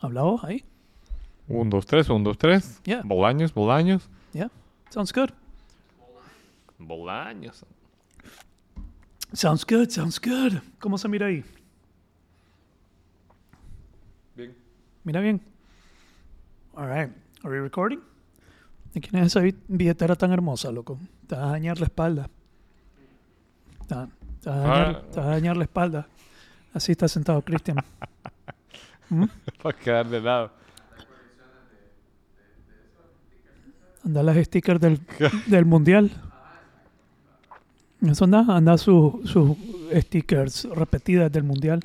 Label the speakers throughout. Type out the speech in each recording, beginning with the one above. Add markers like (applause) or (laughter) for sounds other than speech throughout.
Speaker 1: Habla vos ahí.
Speaker 2: Un, dos, tres, un, dos, tres.
Speaker 1: Yeah.
Speaker 2: Bolaños, Bolaños.
Speaker 1: Sounds good.
Speaker 2: Bolaños.
Speaker 1: Sounds good, sounds good. ¿Cómo se mira ahí?
Speaker 2: Bien.
Speaker 1: Mira bien. All right. Are we recording? ¿De quién es esa bi- billetera tan hermosa, loco? Te vas a dañar la espalda. Te va- te vas a dañar,
Speaker 2: Ah.
Speaker 1: te vas a dañar la espalda. Así está sentado Cristian.
Speaker 2: (laughs) Para quedar de lado.
Speaker 1: Anda las stickers
Speaker 2: (laughs)
Speaker 1: del, del mundial. Eso anda, anda su- sus stickers repetidas del mundial.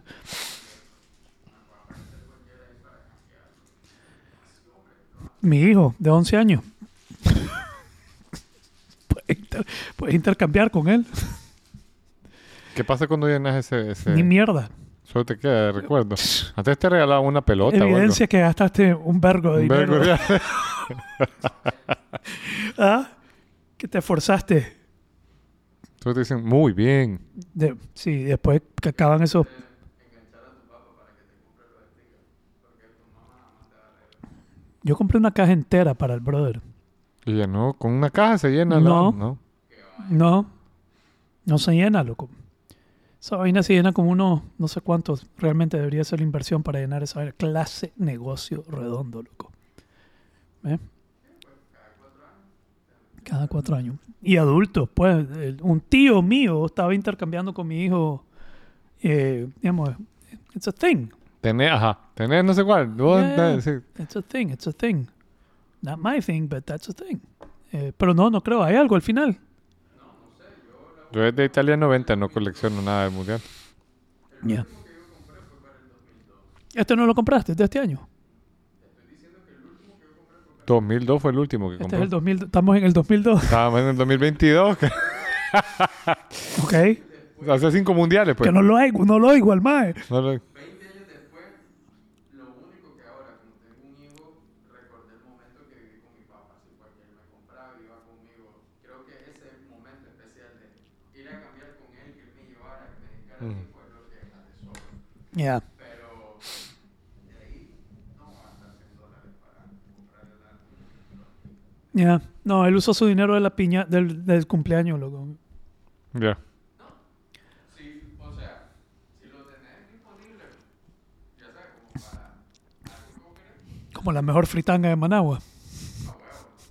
Speaker 1: Mi hijo, de 11 años. (laughs) puedes, inter- puedes intercambiar con él.
Speaker 2: ¿Qué pasa cuando llenas ese...? ese-
Speaker 1: Ni mierda.
Speaker 2: Solo te queda de recuerdo. Antes te regalaba una pelota
Speaker 1: Evidencia que gastaste un vergo
Speaker 2: o
Speaker 1: de
Speaker 2: algo. Un
Speaker 1: dinero.
Speaker 2: (laughs) vergo, ya.
Speaker 1: Ah, Que te esforzaste.
Speaker 2: Solo te dicen, muy bien.
Speaker 1: De, sí, después que acaban esos. Yo compré una caja entera para el brother.
Speaker 2: Y ya no, con una caja se llena. la-
Speaker 1: No.
Speaker 2: ¿no?
Speaker 1: No, no se llena, loco. Esa vaina se llena como unos, no sé cuántos. Realmente debería ser la inversión para llenar esa vaina. Clase negocio redondo, loco. ¿Eh? Cada cuatro años. Y adultos, pues. el- Un tío mío estaba intercambiando con mi hijo. eh, digamos, it's a thing.
Speaker 2: Tenés, ajá. Tenés no sé cuál. Vos
Speaker 1: Ya, ya,
Speaker 2: da-
Speaker 1: ya.
Speaker 2: sí.
Speaker 1: It's a thing, it's a thing. Not my thing, but that's a thing. Eh, pero no, no creo. Hay algo al final.
Speaker 2: Yo desde Italia 90 no colecciono nada del mundial.
Speaker 1: Ya. Este no lo compraste, es de este año.
Speaker 2: 2002 fue el último que
Speaker 1: Este
Speaker 2: compré.
Speaker 1: es el 2000, estamos en el 2002,
Speaker 2: Estábamos en el 2022. que-
Speaker 1: (laughs) ¿ok? Que
Speaker 2: (laughs) Hace cinco mundiales, pues.
Speaker 1: no lo oigo, no lo oigo al mae.
Speaker 2: No lo-
Speaker 3: 20 años después, lo único que ahora, como tengo un hijo, recordé el momento que viví con mi papá. Así fue que él me compraba y iba conmigo. Creo que ese momento especial de ir a cambiar con él, que él me llevara, que me dedicara a mí, fue lo que atesoró.
Speaker 1: Ya.
Speaker 3: Pero de ahí no gastar 100 dólares para comprarle la.
Speaker 1: Ya. No, él usó su dinero de la piña, del, del cumpleaños, loco.
Speaker 2: Ya.
Speaker 3: Sí, o sea, si lo tenés disponible, ya sabes, como para algo concreto.
Speaker 1: Como la mejor fritanga de Managua.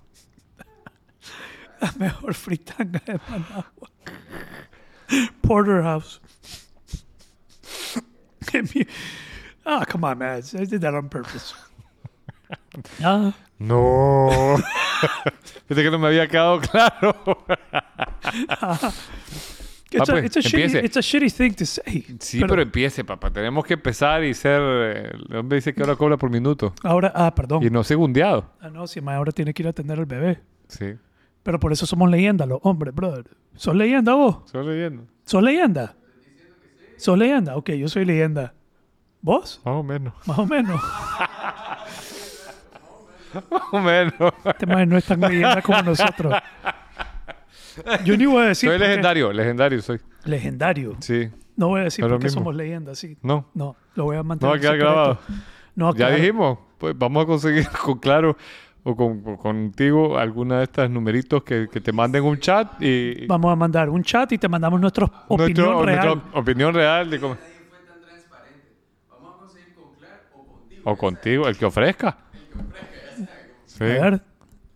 Speaker 1: (laughs) La mejor fritanga de Managua. (laughs) Porterhouse. Ah, come on, man. I did that on (laughs) purpose. Ah,
Speaker 2: (laughs) No. Fíjate que no me había quedado claro.
Speaker 1: it's, a,
Speaker 2: pues,
Speaker 1: it's, a shitty,
Speaker 2: empiece.
Speaker 1: it's a shitty thing to say.
Speaker 2: Sí, pero, empiece, papá. Tenemos que empezar y ser. eh, El hombre dice que ahora cobra por minuto.
Speaker 1: Ahora, ah, perdón.
Speaker 2: Y no segundeado.
Speaker 1: Ah, no, si ma, ahora tiene que ir a atender al bebé.
Speaker 2: Sí.
Speaker 1: Pero por eso somos leyenda, los hombres, brother. ¿Sos leyenda vos?
Speaker 2: Estoy leyendo.
Speaker 1: ¿Sos leyenda? ¿Sos leyenda? Ok, yo soy leyenda. ¿Vos?
Speaker 2: Más o menos.
Speaker 1: Más o menos.
Speaker 2: (laughs) Más o (laughs) menos.
Speaker 1: Este man no es tan leyenda como nosotros. Yo ni voy a decir.
Speaker 2: soy
Speaker 1: por qué.
Speaker 2: legendario, legendario soy.
Speaker 1: Legendario.
Speaker 2: Sí.
Speaker 1: No voy a decir
Speaker 2: Es lo
Speaker 1: por qué
Speaker 2: mismo.
Speaker 1: somos leyendas, sí.
Speaker 2: No.
Speaker 1: No, lo voy a
Speaker 2: No
Speaker 1: mantener.
Speaker 2: va a quedar
Speaker 1: secreto.
Speaker 2: grabado.
Speaker 1: No,
Speaker 2: Ya
Speaker 1: claro.
Speaker 2: dijimos. Pues vamos a conseguir (laughs) con Claro o, con, o contigo alguna de estas numeritos que, que te manden un chat y.
Speaker 1: Vamos a mandar un chat y te mandamos nuestra
Speaker 2: nuestro-
Speaker 1: opinión real.
Speaker 2: nuestra opinión real de cómo-
Speaker 3: Nadie fue tan transparente. Vamos a conseguir con Clark o contigo.
Speaker 2: O contigo, el que ofrezca. Sí.
Speaker 1: A ver.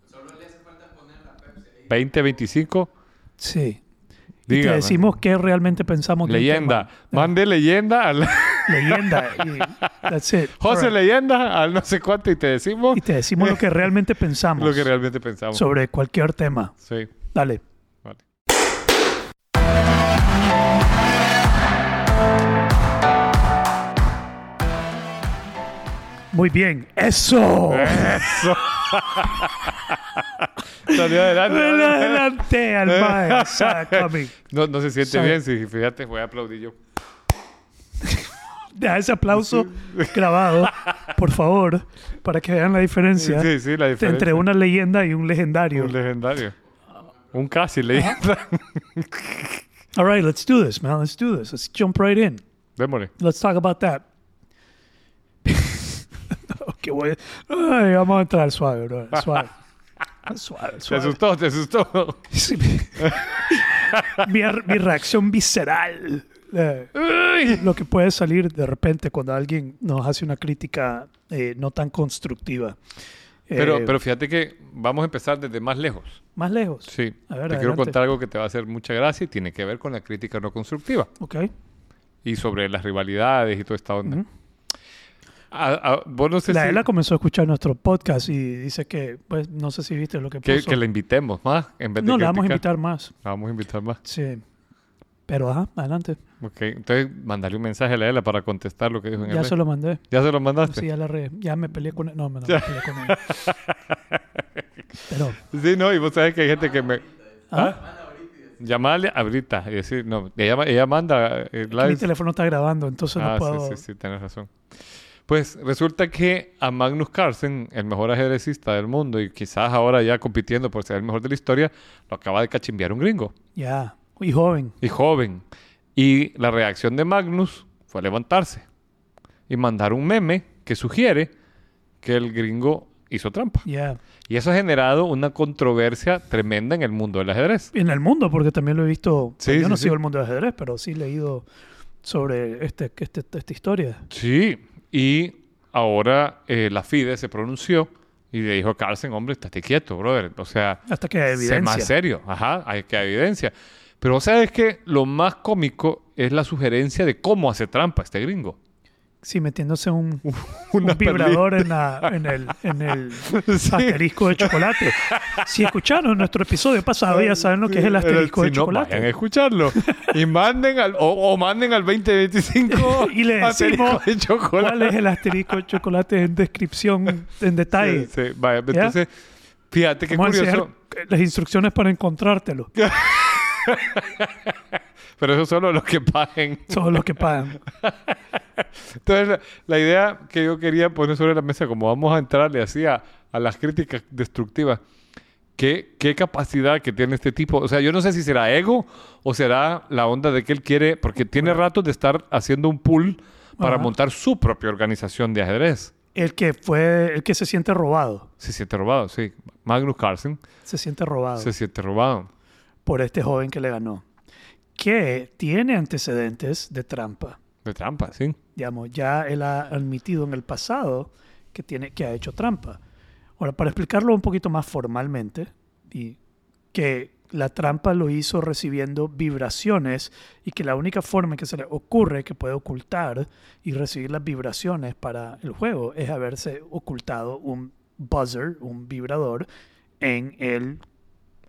Speaker 3: Solo le hace falta poner la Pepsi ahí.
Speaker 2: 20, 25.
Speaker 1: Sí. Y te
Speaker 2: Dígame.
Speaker 1: decimos qué realmente pensamos. de un
Speaker 2: Leyenda. Mande
Speaker 1: (laughs)
Speaker 2: leyenda al.
Speaker 1: tema. Leyenda.
Speaker 2: (laughs)
Speaker 1: Y that's it.
Speaker 2: José
Speaker 1: Alright.
Speaker 2: Leyenda al no sé cuánto y te decimos
Speaker 1: Y te decimos lo que realmente pensamos
Speaker 2: (laughs) lo que realmente pensamos.
Speaker 1: sobre cualquier tema.
Speaker 2: Sí.
Speaker 1: Dale.
Speaker 2: Vale.
Speaker 1: Muy bien. ¡Eso!
Speaker 2: Eh. (laughs) Salió adelante.
Speaker 1: (laughs) Adelante
Speaker 2: (laughs)
Speaker 1: al mae. Saca mi-
Speaker 2: No, no se siente
Speaker 1: Sabe-
Speaker 2: bien, sí, fíjate, voy a aplaudir yo.
Speaker 1: Deja ese aplauso grabado, por favor, para que vean la diferencia
Speaker 2: Sí, sí, la diferencia.
Speaker 1: entre una leyenda y un legendario.
Speaker 2: Un legendario. Ah. Un casi leyenda.
Speaker 1: All right, let's do this, man. Let's do this. Let's jump right in. (laughs)
Speaker 2: Démosle.
Speaker 1: Let's talk about that. que voy. Ay, vamos a entrar suave,
Speaker 2: (laughs)
Speaker 1: bro. Suave. Suave,
Speaker 2: Te
Speaker 1: suave.
Speaker 2: asustó, te
Speaker 1: (laughs)
Speaker 2: asustó.
Speaker 1: Sí, mi, mi re- mi reacción visceral. eh, lo que puede salir de repente cuando alguien nos hace una crítica eh, no tan constructiva. Eh,
Speaker 2: Pero, pero fíjate que vamos a empezar desde más lejos.
Speaker 1: Más lejos.
Speaker 2: Sí.
Speaker 1: A ver,
Speaker 2: te quiero
Speaker 1: adelante.
Speaker 2: contar algo que te va a hacer mucha gracia y tiene que ver con la crítica no constructiva
Speaker 1: Ok.
Speaker 2: y sobre las rivalidades y toda esta onda.
Speaker 1: Ujú.
Speaker 2: A- a- vos no sé
Speaker 1: la
Speaker 2: si
Speaker 1: Ela comenzó a escuchar nuestro podcast y dice que, pues, no sé si viste lo que
Speaker 2: que,
Speaker 1: puso.
Speaker 2: que la invitemos más en vez de
Speaker 1: no, la vamos a
Speaker 2: criticar.
Speaker 1: invitar más.
Speaker 2: La vamos a invitar más.
Speaker 1: Sí. Pero, ajá, adelante.
Speaker 2: Ok, entonces mandale un mensaje a la Ela para contestar lo que dijo en
Speaker 1: Ya
Speaker 2: el
Speaker 1: se lo mandé.
Speaker 2: ¿Ya se lo mandaste?
Speaker 1: Sí, ya la re... Ya me peleé con él. No, me, no, me peleé con
Speaker 2: (laughs)
Speaker 1: él. Pero,
Speaker 2: Sí, no, y vos sabés que hay gente que me...
Speaker 1: ¿ah?
Speaker 2: Llamarle ahorita y decir, no, ella, ella manda eh,
Speaker 1: mi
Speaker 2: lives.
Speaker 1: teléfono está grabando, entonces
Speaker 2: Ah,
Speaker 1: no puedo...
Speaker 2: sí, sí, sí, tenés razón. Pues resulta que a Magnus Carlsen, el mejor ajedrecista del mundo y quizás ahora ya compitiendo por ser el mejor de la historia, lo acaba de cachimbear un gringo
Speaker 1: Ya. Y joven.
Speaker 2: y joven. Y la reacción de Magnus fue levantarse y mandar un meme que sugiere que el gringo hizo trampa.
Speaker 1: Ya.
Speaker 2: Y eso ha generado una controversia tremenda en el mundo del ajedrez.
Speaker 1: En el mundo, porque también lo he visto...
Speaker 2: Sí,
Speaker 1: yo no
Speaker 2: sí,
Speaker 1: sigo
Speaker 2: sí.
Speaker 1: el mundo de ajedrez, pero sí he leído sobre este, que este, esta historia.
Speaker 2: Sí, y ahora eh, la FIDE se pronunció y le dijo a Carlsen, hombre, estate quieto, brother. O sea,
Speaker 1: Hasta que hay
Speaker 2: sé
Speaker 1: evidencia.
Speaker 2: más serio. Ajá, hay que hay evidencia. Pero sabes que lo más cómico es la sugerencia de cómo hace trampa este gringo.
Speaker 1: Sí, metiéndose un, un
Speaker 2: (laughs) Una
Speaker 1: vibrador en, la- en el, en el
Speaker 2: perlita. (laughs) Sí.
Speaker 1: asterisco de chocolate. Si escucharon nuestro episodio pasado, ya saben lo que es el
Speaker 2: Pero
Speaker 1: asterisco
Speaker 2: si
Speaker 1: de
Speaker 2: no,
Speaker 1: chocolate.
Speaker 2: Vayan a escucharlo. Y manden al, o, o manden al 2025
Speaker 1: (laughs) Y le
Speaker 2: asterisco
Speaker 1: decimos
Speaker 2: de (laughs) chocolate.
Speaker 1: ¿Cuál es el asterisco de chocolate en descripción, en detalle?
Speaker 2: Sí, sí, vaya. Entonces, fíjate qué
Speaker 1: Vamos a
Speaker 2: curioso.
Speaker 1: enseñar las instrucciones para encontrártelo.
Speaker 2: Pero eso solo los que (laughs) paguen.
Speaker 1: Son los que pagan.
Speaker 2: Entonces, la, la idea que yo quería poner sobre la mesa, como vamos a entrarle así a, a las críticas destructivas, ¿qué, ¿qué capacidad que tiene este tipo? O sea, yo no sé si será ego o será la onda de que él quiere, porque tiene ratos de estar haciendo un pool para
Speaker 1: Ajá.
Speaker 2: montar su propia organización de ajedrez.
Speaker 1: El que fue, el que se siente robado.
Speaker 2: Se siente robado, sí. Magnus Carlsen
Speaker 1: Se siente robado
Speaker 2: se siente robado.
Speaker 1: por este joven que le ganó. Que tiene antecedentes de trampa.
Speaker 2: De trampa, sí.
Speaker 1: digamos, ya él ha admitido en el pasado que, tiene, que ha hecho trampa. Ahora, para explicarlo un poquito más formalmente, y que la trampa lo hizo recibiendo vibraciones y que la única forma en que se le ocurre que puede ocultar y recibir las vibraciones para el juego es haberse ocultado un buzzer, un vibrador, en el,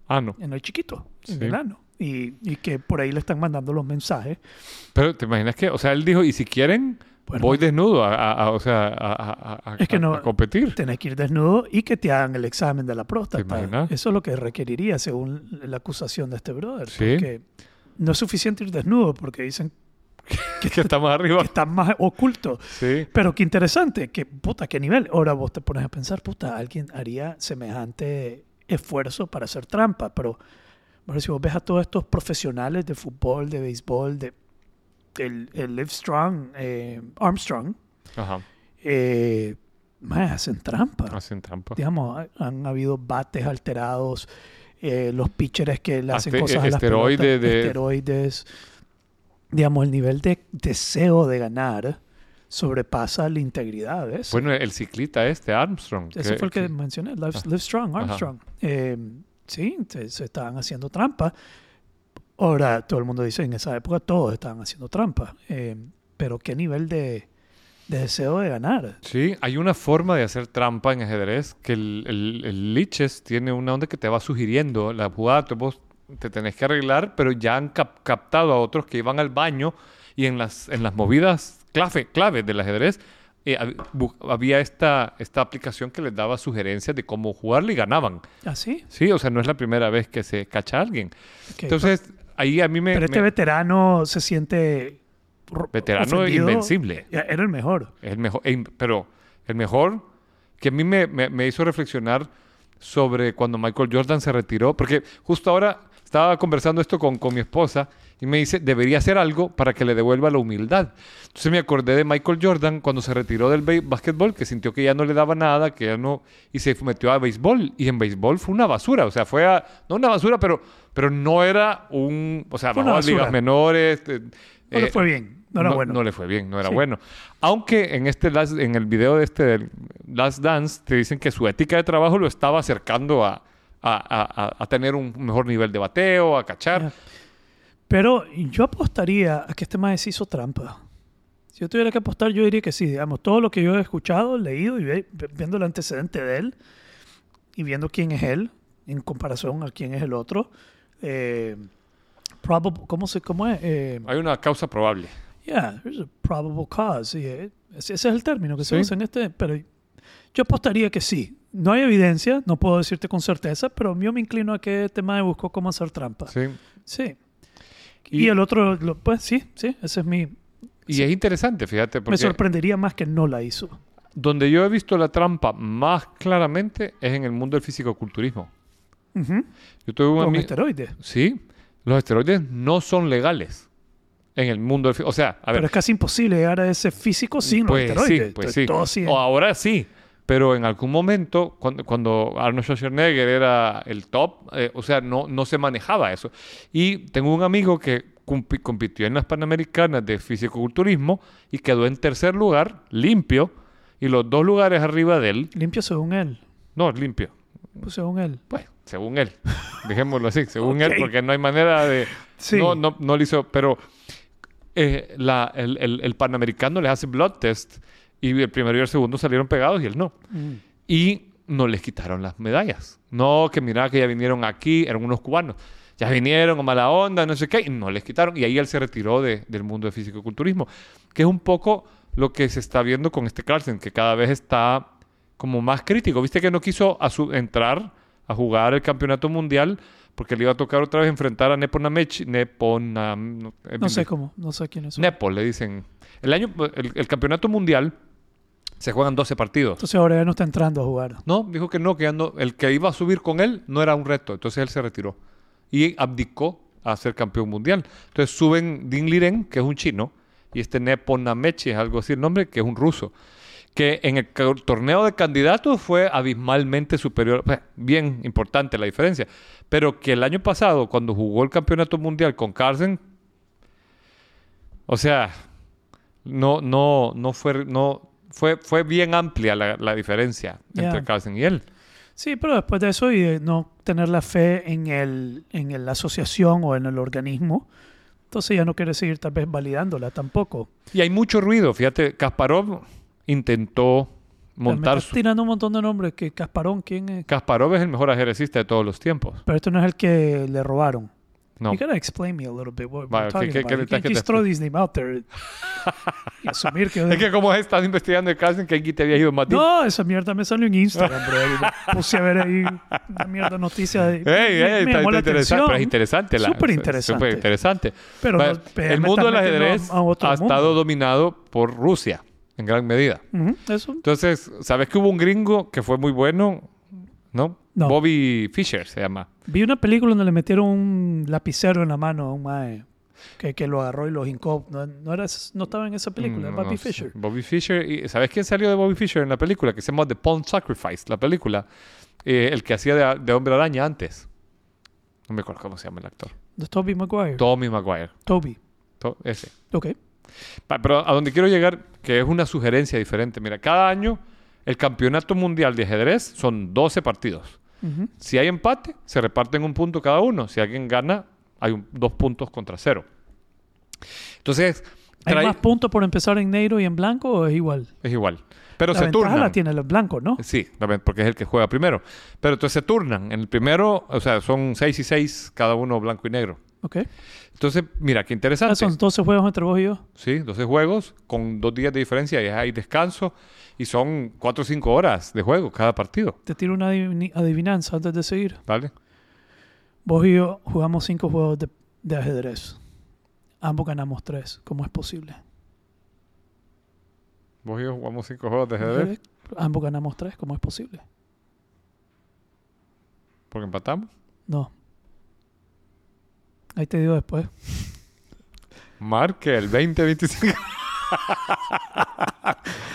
Speaker 2: Ah, no.
Speaker 1: en el chiquito, en
Speaker 2: Sí.
Speaker 1: el ano. Y, y que por ahí le están mandando los mensajes.
Speaker 2: Pero te imaginas que, o sea, él dijo, y si quieren,
Speaker 1: Bueno.
Speaker 2: voy desnudo a, a- a- o sea, a, a- a-
Speaker 1: Es que
Speaker 2: a-
Speaker 1: no-
Speaker 2: a competir. (laughs)
Speaker 1: Tenés que ir desnudo y que te hagan el examen de la próstata.
Speaker 2: imaginas?
Speaker 1: Eso es lo que requeriría según la acusación de este brother.
Speaker 2: Sí.
Speaker 1: Porque no es suficiente ir desnudo porque dicen
Speaker 2: que está más arriba.
Speaker 1: que está más oculto.
Speaker 2: Sí.
Speaker 1: Pero qué interesante, que puta, qué nivel. Ahora vos te pones a pensar, puta, alguien haría semejante esfuerzo para hacer trampa, pero bueno, si vos ves a todos estos profesionales de fútbol, de béisbol, de el, el Livestrong, eh, Armstrong,
Speaker 2: Ajá.
Speaker 1: eh, más hacen trampa
Speaker 2: Hacen trampa.
Speaker 1: digamos, ha- han habido bates alterados, eh, los pitchers que le hacen
Speaker 2: Aste-
Speaker 1: cosas a las
Speaker 2: esteroides
Speaker 1: pelotas,
Speaker 2: de-
Speaker 1: esteroides. Digamos, el nivel de deseo de ganar sobrepasa la integridad de eso.
Speaker 2: Bueno, el ciclista este, Armstrong.
Speaker 1: Ese fue el que mencioné, Live,
Speaker 2: Ajá.
Speaker 1: Live Strong,
Speaker 2: Ajá.
Speaker 1: Armstrong. Eh, sí, se, se estaban haciendo trampa. Ahora, todo el mundo dice, en esa época todos estaban haciendo trampa. Eh, pero qué nivel de, de deseo de ganar.
Speaker 2: Sí, hay una forma de hacer trampa en ajedrez que el, el, el liches tiene una onda que te va sugiriendo la jugada. tú vos te tenés que arreglar, pero ya han cap- captado a otros que iban al baño y en las, en las movidas clave, claves del ajedrez eh, hab- bu- había esta, esta aplicación que les daba sugerencias de cómo jugarle y ganaban.
Speaker 1: ¿Así?
Speaker 2: Sí, o sea, no es la primera vez que se cacha a alguien. Entonces, ahí a mí me...
Speaker 1: Pero este
Speaker 2: me-
Speaker 1: veterano se siente. ro-
Speaker 2: Veterano e
Speaker 1: ofendido.
Speaker 2: invencible.
Speaker 1: Ya, Era el mejor.
Speaker 2: Es el mejor, el- pero el mejor que a mí me, me- me hizo reflexionar sobre cuando Michael Jordan se retiró, porque justo ahora estaba conversando esto con, con mi esposa Y me dice, debería hacer algo para que le devuelva la humildad. Entonces me acordé de Michael Jordan cuando se retiró del be- básquetbol, que sintió que ya no le daba nada, que ya no... Y se metió a béisbol. Y en béisbol fue una basura. O sea, fue a- No una basura, pero, pero no era un... O sea,
Speaker 1: Fue
Speaker 2: bajó
Speaker 1: una
Speaker 2: a ligas
Speaker 1: basura.
Speaker 2: menores. eh,
Speaker 1: No le
Speaker 2: eh,
Speaker 1: fue bien. No era bueno.
Speaker 2: no le fue bien, no era
Speaker 1: Sí.
Speaker 2: bueno. Aunque en este last- en el video de este del Last Dance te dicen que su ética de trabajo lo estaba acercando a, a- a- a- a tener un mejor nivel de bateo, a cachar.
Speaker 1: Ya. Pero yo apostaría a que este maestro hizo trampa. Si yo tuviera que apostar, yo diría que sí. Digamos, todo lo que yo he escuchado, leído y ve- viendo el antecedente de él y viendo quién es él en comparación a quién es el otro. eh, probab- ¿Cómo, se, ¿Cómo es? Eh,
Speaker 2: Hay una causa probable.
Speaker 1: Yeah, there's a probable cause. sí, eh, ese ese es el término que se
Speaker 2: Sí.
Speaker 1: usa en este. Pero yo apostaría que sí. No hay evidencia, no puedo decirte con certeza, pero yo me inclino a que este mae buscó cómo hacer trampa. Sí.
Speaker 2: Sí.
Speaker 1: Y,
Speaker 2: Y-
Speaker 1: el otro, lo- pues sí, sí, ese es mi.
Speaker 2: Y
Speaker 1: Sí.
Speaker 2: es interesante, fíjate,
Speaker 1: Me
Speaker 2: porque
Speaker 1: sorprendería más que no la hizo.
Speaker 2: donde yo he visto la trampa más claramente es en el mundo del fisicoculturismo.
Speaker 1: Ujú.
Speaker 2: Yo tuve un
Speaker 1: Con
Speaker 2: ami-
Speaker 1: esteroides.
Speaker 2: Sí, los esteroides no son legales en el mundo del... fi- O sea, a ver,
Speaker 1: Pero es casi imposible llegar a ese físico sin
Speaker 2: Pues
Speaker 1: los esteroides.
Speaker 2: sí, pues
Speaker 1: Entonces,
Speaker 2: sí.
Speaker 1: todo así es.
Speaker 2: O ahora sí. Pero en algún momento, cuando, cuando Arnold Schwarzenegger era el top, eh, o sea, no, no se manejaba eso. Y tengo un amigo que cumpi- compitió en las Panamericanas de fisicoculturismo y quedó en tercer lugar, limpio, y los dos lugares arriba de él,
Speaker 1: eh, Limpio según él.
Speaker 2: no, limpio,
Speaker 1: Pues según él.
Speaker 2: bueno, según él, (laughs) dejémoslo así, según él,
Speaker 1: Ok.
Speaker 2: porque no hay manera de...
Speaker 1: Sí.
Speaker 2: No, no, no lo hizo, pero eh, la- el, el- el panamericano les hace blood test y el primero y el segundo salieron pegados y él no.
Speaker 1: Mm.
Speaker 2: Y no les quitaron las medallas. No, que mira que ya vinieron aquí, eran unos cubanos. Ya vinieron a mala onda, no sé qué, y no les quitaron. Y ahí él se retiró de- del mundo de fisicoculturismo, que es un poco lo que se está viendo con este Carlsen, que cada vez está como más crítico. Viste que no quiso a su- entrar a jugar el campeonato mundial porque le iba a tocar otra vez enfrentar a Neponamechi. Neponam, no, eh,
Speaker 1: No sé cómo, no sé quién es.
Speaker 2: Nepo, le dicen. El, año, el, el campeonato mundial se juegan 12 partidos.
Speaker 1: Entonces ahora ya no está entrando a jugar.
Speaker 2: No, dijo que no, que ya no- el que iba a subir con él no era un reto. Entonces él se retiró y abdicó a ser campeón mundial. Entonces suben Din Liren, que es un chino, y este Neponamechi, es algo así el nombre, que es un ruso, que en el ca- torneo de candidatos fue abismalmente superior. Pues, bien importante la diferencia. Pero que el año pasado, cuando jugó el campeonato mundial con Carlsen, o sea, no, no, no fue, no, fue, fue bien amplia la, la diferencia entre
Speaker 1: Ya.
Speaker 2: Carlsen y él.
Speaker 1: Sí, pero después de eso y de no tener la fe en, el, en el- la asociación o en el organismo, entonces ya no quiere seguir tal vez validándola tampoco.
Speaker 2: Y hay mucho ruido. Fíjate, Kasparov intentó
Speaker 1: Me
Speaker 2: montar
Speaker 1: estás
Speaker 2: su...
Speaker 1: tirando un montón de nombres. que Casparón, ¿quién es?
Speaker 2: Kasparov es el mejor ajedrecista de todos los tiempos.
Speaker 1: Pero este no es el que le robaron.
Speaker 2: No.
Speaker 1: You gotta explain me a little bit what
Speaker 2: Vale,
Speaker 1: we're
Speaker 2: ¿qué-
Speaker 1: talking
Speaker 2: qué- qué
Speaker 1: about. You
Speaker 2: le- qué
Speaker 1: can't
Speaker 2: te-
Speaker 1: just throw this name out
Speaker 2: (laughs)
Speaker 1: there. Y asumir que...
Speaker 2: Es que como has estado investigando el Carlsen, que aquí te había ido más deep.
Speaker 1: No, esa mierda me salió en Instagram, bro. Y me Puse a ver ahí una mierda noticia. De,
Speaker 2: (laughs) Ey, ey,
Speaker 1: me
Speaker 2: está-
Speaker 1: llamó
Speaker 2: está
Speaker 1: la
Speaker 2: interesante, pero es
Speaker 1: atención,
Speaker 2: interesante. la-
Speaker 1: Súper
Speaker 2: es- es
Speaker 1: interesante.
Speaker 2: súper interesante.
Speaker 1: pero
Speaker 2: Vale,
Speaker 1: no- pero
Speaker 2: el
Speaker 1: me
Speaker 2: mundo
Speaker 1: estás
Speaker 2: del
Speaker 1: metiendo
Speaker 2: ajedrez
Speaker 1: a otro
Speaker 2: ha
Speaker 1: mundo.
Speaker 2: estado dominado por Rusia, en gran medida.
Speaker 1: Ujú, Eso
Speaker 2: Entonces, ¿sabes que hubo un gringo que fue muy bueno? ¿No?
Speaker 1: No.
Speaker 2: Bobby Fischer se llama.
Speaker 1: Vi una película donde le metieron un lapicero en la mano a un mae que, que lo agarró y lo hincó. No, no, era, no estaba en esa película,
Speaker 2: Mm,
Speaker 1: Bobby
Speaker 2: no sé.
Speaker 1: Fischer.
Speaker 2: Bobby Fischer. ¿Y ¿Sabes quién salió de Bobby Fischer en la película? Que se llama The Pawn Sacrifice, la película. Eh, el que hacía de, de Hombre Araña antes. No me acuerdo cómo se llama el actor.
Speaker 1: No es Toby Maguire.
Speaker 2: Tommy Maguire.
Speaker 1: Toby.
Speaker 2: To- ese.
Speaker 1: Ok.
Speaker 2: Pa- Pero a donde quiero llegar, que es una sugerencia diferente. Mira, cada año el campeonato mundial de ajedrez son 12 partidos.
Speaker 1: Ujú.
Speaker 2: Si hay empate, se reparten un punto cada uno. Si alguien gana, hay un- dos puntos contra cero. Entonces,
Speaker 1: ¿Hay
Speaker 2: trae-
Speaker 1: más puntos por empezar en negro y en blanco o es igual?
Speaker 2: es igual. Pero
Speaker 1: la
Speaker 2: se
Speaker 1: ventaja
Speaker 2: turnan.
Speaker 1: la tiene el blanco, ¿no?
Speaker 2: Sí, también, porque es el que juega primero. Pero entonces se turnan. En el primero, o sea, son seis y seis, cada uno blanco y negro.
Speaker 1: Ok.
Speaker 2: Entonces, mira, qué
Speaker 1: Ah,
Speaker 2: interesante.
Speaker 1: son 12 juegos entre vos y yo.
Speaker 2: Sí, 12 juegos con dos días de diferencia y hay descanso. Y son cuatro o cinco horas de juego cada partido,
Speaker 1: Te tiro una adivini- adivinanza antes de seguir.
Speaker 2: ¿vale?
Speaker 1: Vos y yo jugamos 5 juegos de, de ajedrez. Ambos ganamos 3. ¿Cómo es posible?
Speaker 2: Vos y yo jugamos cinco juegos de ajedrez
Speaker 1: Ajedrez, Ambos ganamos 3. ¿Cómo es posible?
Speaker 2: porque empatamos.
Speaker 1: No. Ahí te digo después.
Speaker 2: Marque
Speaker 1: (laughs)
Speaker 2: el 2025.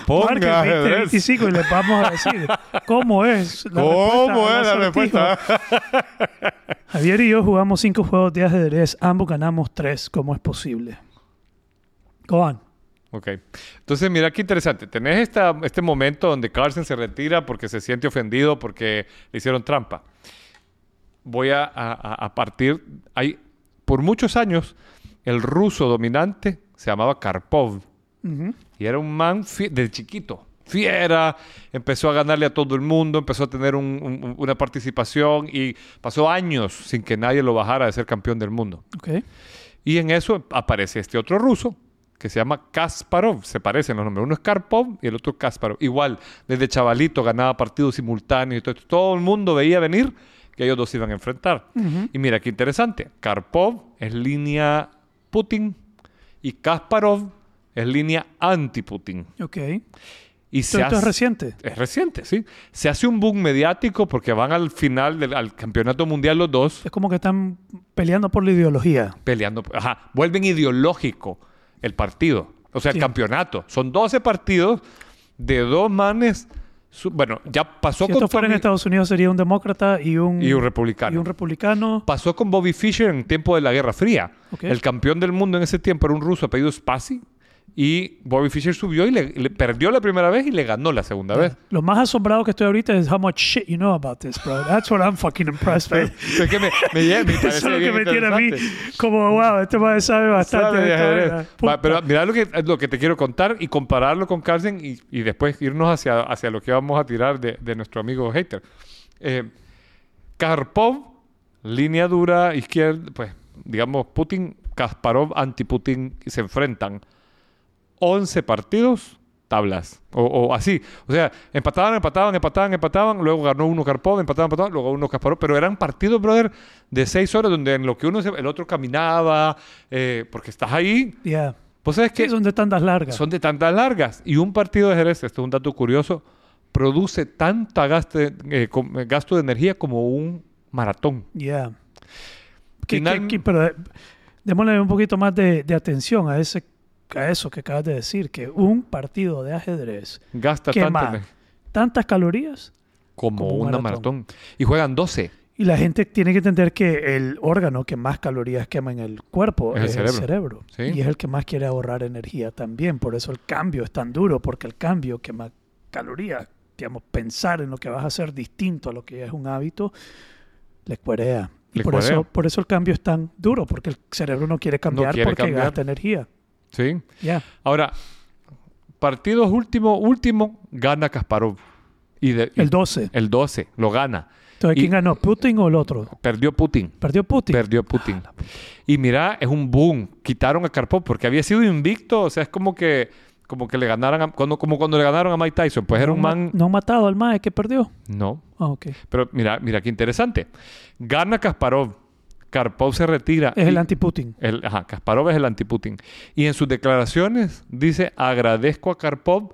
Speaker 2: Ponga
Speaker 1: Marque el
Speaker 2: ajedrez.
Speaker 1: 2025 y les vamos a
Speaker 2: (laughs)
Speaker 1: decir cómo es la
Speaker 2: ¿Cómo
Speaker 1: respuesta. al
Speaker 2: es la
Speaker 1: acertijo.
Speaker 2: respuesta?
Speaker 1: Javier y yo jugamos cinco juegos de ajedrez. Ambos ganamos tres. ¿Cómo es posible? Go on.
Speaker 2: Ok. Entonces, mira qué interesante. Tenés esta, este momento donde Carlsen se retira porque se siente ofendido porque le hicieron trampa. Voy a, a- a partir. Hay, por muchos años, el ruso dominante se llamaba Karpov.
Speaker 1: Ujú.
Speaker 2: Y era un man fie- de chiquito, fiera, empezó a ganarle a todo el mundo, empezó a tener un- un- una participación y pasó años sin que nadie lo bajara de ser campeón del mundo.
Speaker 1: Ok.
Speaker 2: Y en eso aparece este otro ruso que se llama Kasparov. Se parecen los nombres. Uno es Karpov y el otro Kasparov. Igual, desde chavalito ganaba partidos simultáneos y todo esto. Todo el mundo veía venir que ellos dos se iban a enfrentar. Y mira qué interesante. Karpov es línea Putin y Kasparov es línea anti-Putin.
Speaker 1: Ok. Esto,
Speaker 2: Y se
Speaker 1: esto es
Speaker 2: hace-
Speaker 1: reciente.
Speaker 2: es reciente, sí. Se hace un boom mediático porque van al final del al campeonato mundial los dos.
Speaker 1: Es como que están peleando por la ideología.
Speaker 2: peleando. Ajá, vuelven ideológico el partido, o sea,
Speaker 1: Sí.
Speaker 2: el campeonato. Son 12 partidos de dos manes. su- bueno, ya pasó
Speaker 1: Si esto
Speaker 2: con
Speaker 1: fuera en
Speaker 2: Tommy-
Speaker 1: Estados Unidos sería un demócrata y un,
Speaker 2: y un republicano.
Speaker 1: y un republicano.
Speaker 2: Pasó con Bobby Fischer en tiempo de la Guerra Fría.
Speaker 1: Ok.
Speaker 2: El campeón del mundo en ese tiempo era un ruso apellido Spassi. Y Bobby Fischer subió y le, le perdió la primera vez y le ganó la segunda vez.
Speaker 1: Lo más asombrado que estoy ahorita es how much shit you know about this, bro. That's what I'm fucking impressed with.
Speaker 2: (laughs) Es que me, me- me parece
Speaker 1: (laughs) Eso es lo que
Speaker 2: bien
Speaker 1: me tiene a mí
Speaker 2: interesante.
Speaker 1: como, wow, este madre sabe bastante.
Speaker 2: Sabe
Speaker 1: de
Speaker 2: de
Speaker 1: esta
Speaker 2: ajedrez.
Speaker 1: vaina.
Speaker 2: Va,
Speaker 1: Puta.
Speaker 2: pero mira lo que, lo que te quiero contar y compararlo con Carlsen y, y después irnos hacia, hacia lo que vamos a tirar de, de nuestro amigo hater. Eh, Karpov, línea dura, izquierda, pues digamos Putin, Kasparov, anti-Putin y se enfrentan. 11 partidos, tablas. O, o así. O sea, empataban, empataban, empataban, empataban. Luego ganó uno Karpov, empataban, empataban. Luego uno Kasparov. Pero eran partidos, brother, de 6 horas donde en lo que uno se- el otro caminaba. eh, porque estás ahí.
Speaker 1: Yeah.
Speaker 2: Pues sabes que
Speaker 1: Sí, son de tandas largas.
Speaker 2: son de tantas largas. Y un partido de Jerez, esto es un dato curioso, produce tanta gaste- eh, com- eh, gasto de energía como un maratón.
Speaker 1: Yeah. Que- que-
Speaker 2: Final-
Speaker 1: que- pero eh, démosle un poquito más de, de atención a, ese, a eso que acabas de decir, que un partido de ajedrez
Speaker 2: Gasta tanta
Speaker 1: quema
Speaker 2: energía
Speaker 1: tantas calorías
Speaker 2: como,
Speaker 1: Como un
Speaker 2: una
Speaker 1: maratón.
Speaker 2: maratón. Y juegan 12.
Speaker 1: y la gente tiene que entender que el órgano que más calorías quema en el cuerpo es,
Speaker 2: Es el
Speaker 1: el cerebro.
Speaker 2: Sí.
Speaker 1: Y es el que más quiere ahorrar energía también. Por eso el cambio es tan duro, porque el cambio quema calorías. Digamos, pensar en lo que vas a hacer distinto a lo que ya es un hábito, le cuerea. Y
Speaker 2: Le
Speaker 1: por eso,
Speaker 2: cuerea.
Speaker 1: por eso el cambio es tan duro, porque el cerebro no quiere cambiar
Speaker 2: quiere
Speaker 1: porque
Speaker 2: cambiar.
Speaker 1: gasta energía.
Speaker 2: ¿Sí?
Speaker 1: Ya.
Speaker 2: Ahora, partidos último, último, gana Kasparov. Y de- y-
Speaker 1: El 12.
Speaker 2: el 12, lo gana.
Speaker 1: Entonces, ¿quién
Speaker 2: y-
Speaker 1: ganó? ¿Putin o el otro?
Speaker 2: Perdió Putin.
Speaker 1: Perdió Putin.
Speaker 2: Perdió Putin.
Speaker 1: Ah,
Speaker 2: Y mira, es un boom. Quitaron a Karpov porque había sido invicto. O sea, es como que, como que le ganaran a- cuando, como cuando le ganaron a Mike Tyson. Pues era
Speaker 1: no,
Speaker 2: un
Speaker 1: ma-
Speaker 2: man.
Speaker 1: no han matado al MAE que perdió.
Speaker 2: No.
Speaker 1: Ah, ok.
Speaker 2: Pero mira, mira qué interesante. Gana Kasparov. Karpov se retira.
Speaker 1: Es el
Speaker 2: Y-
Speaker 1: anti-Putin.
Speaker 2: el- ajá, Kasparov es el anti-Putin. Y en sus declaraciones dice, agradezco a Karpov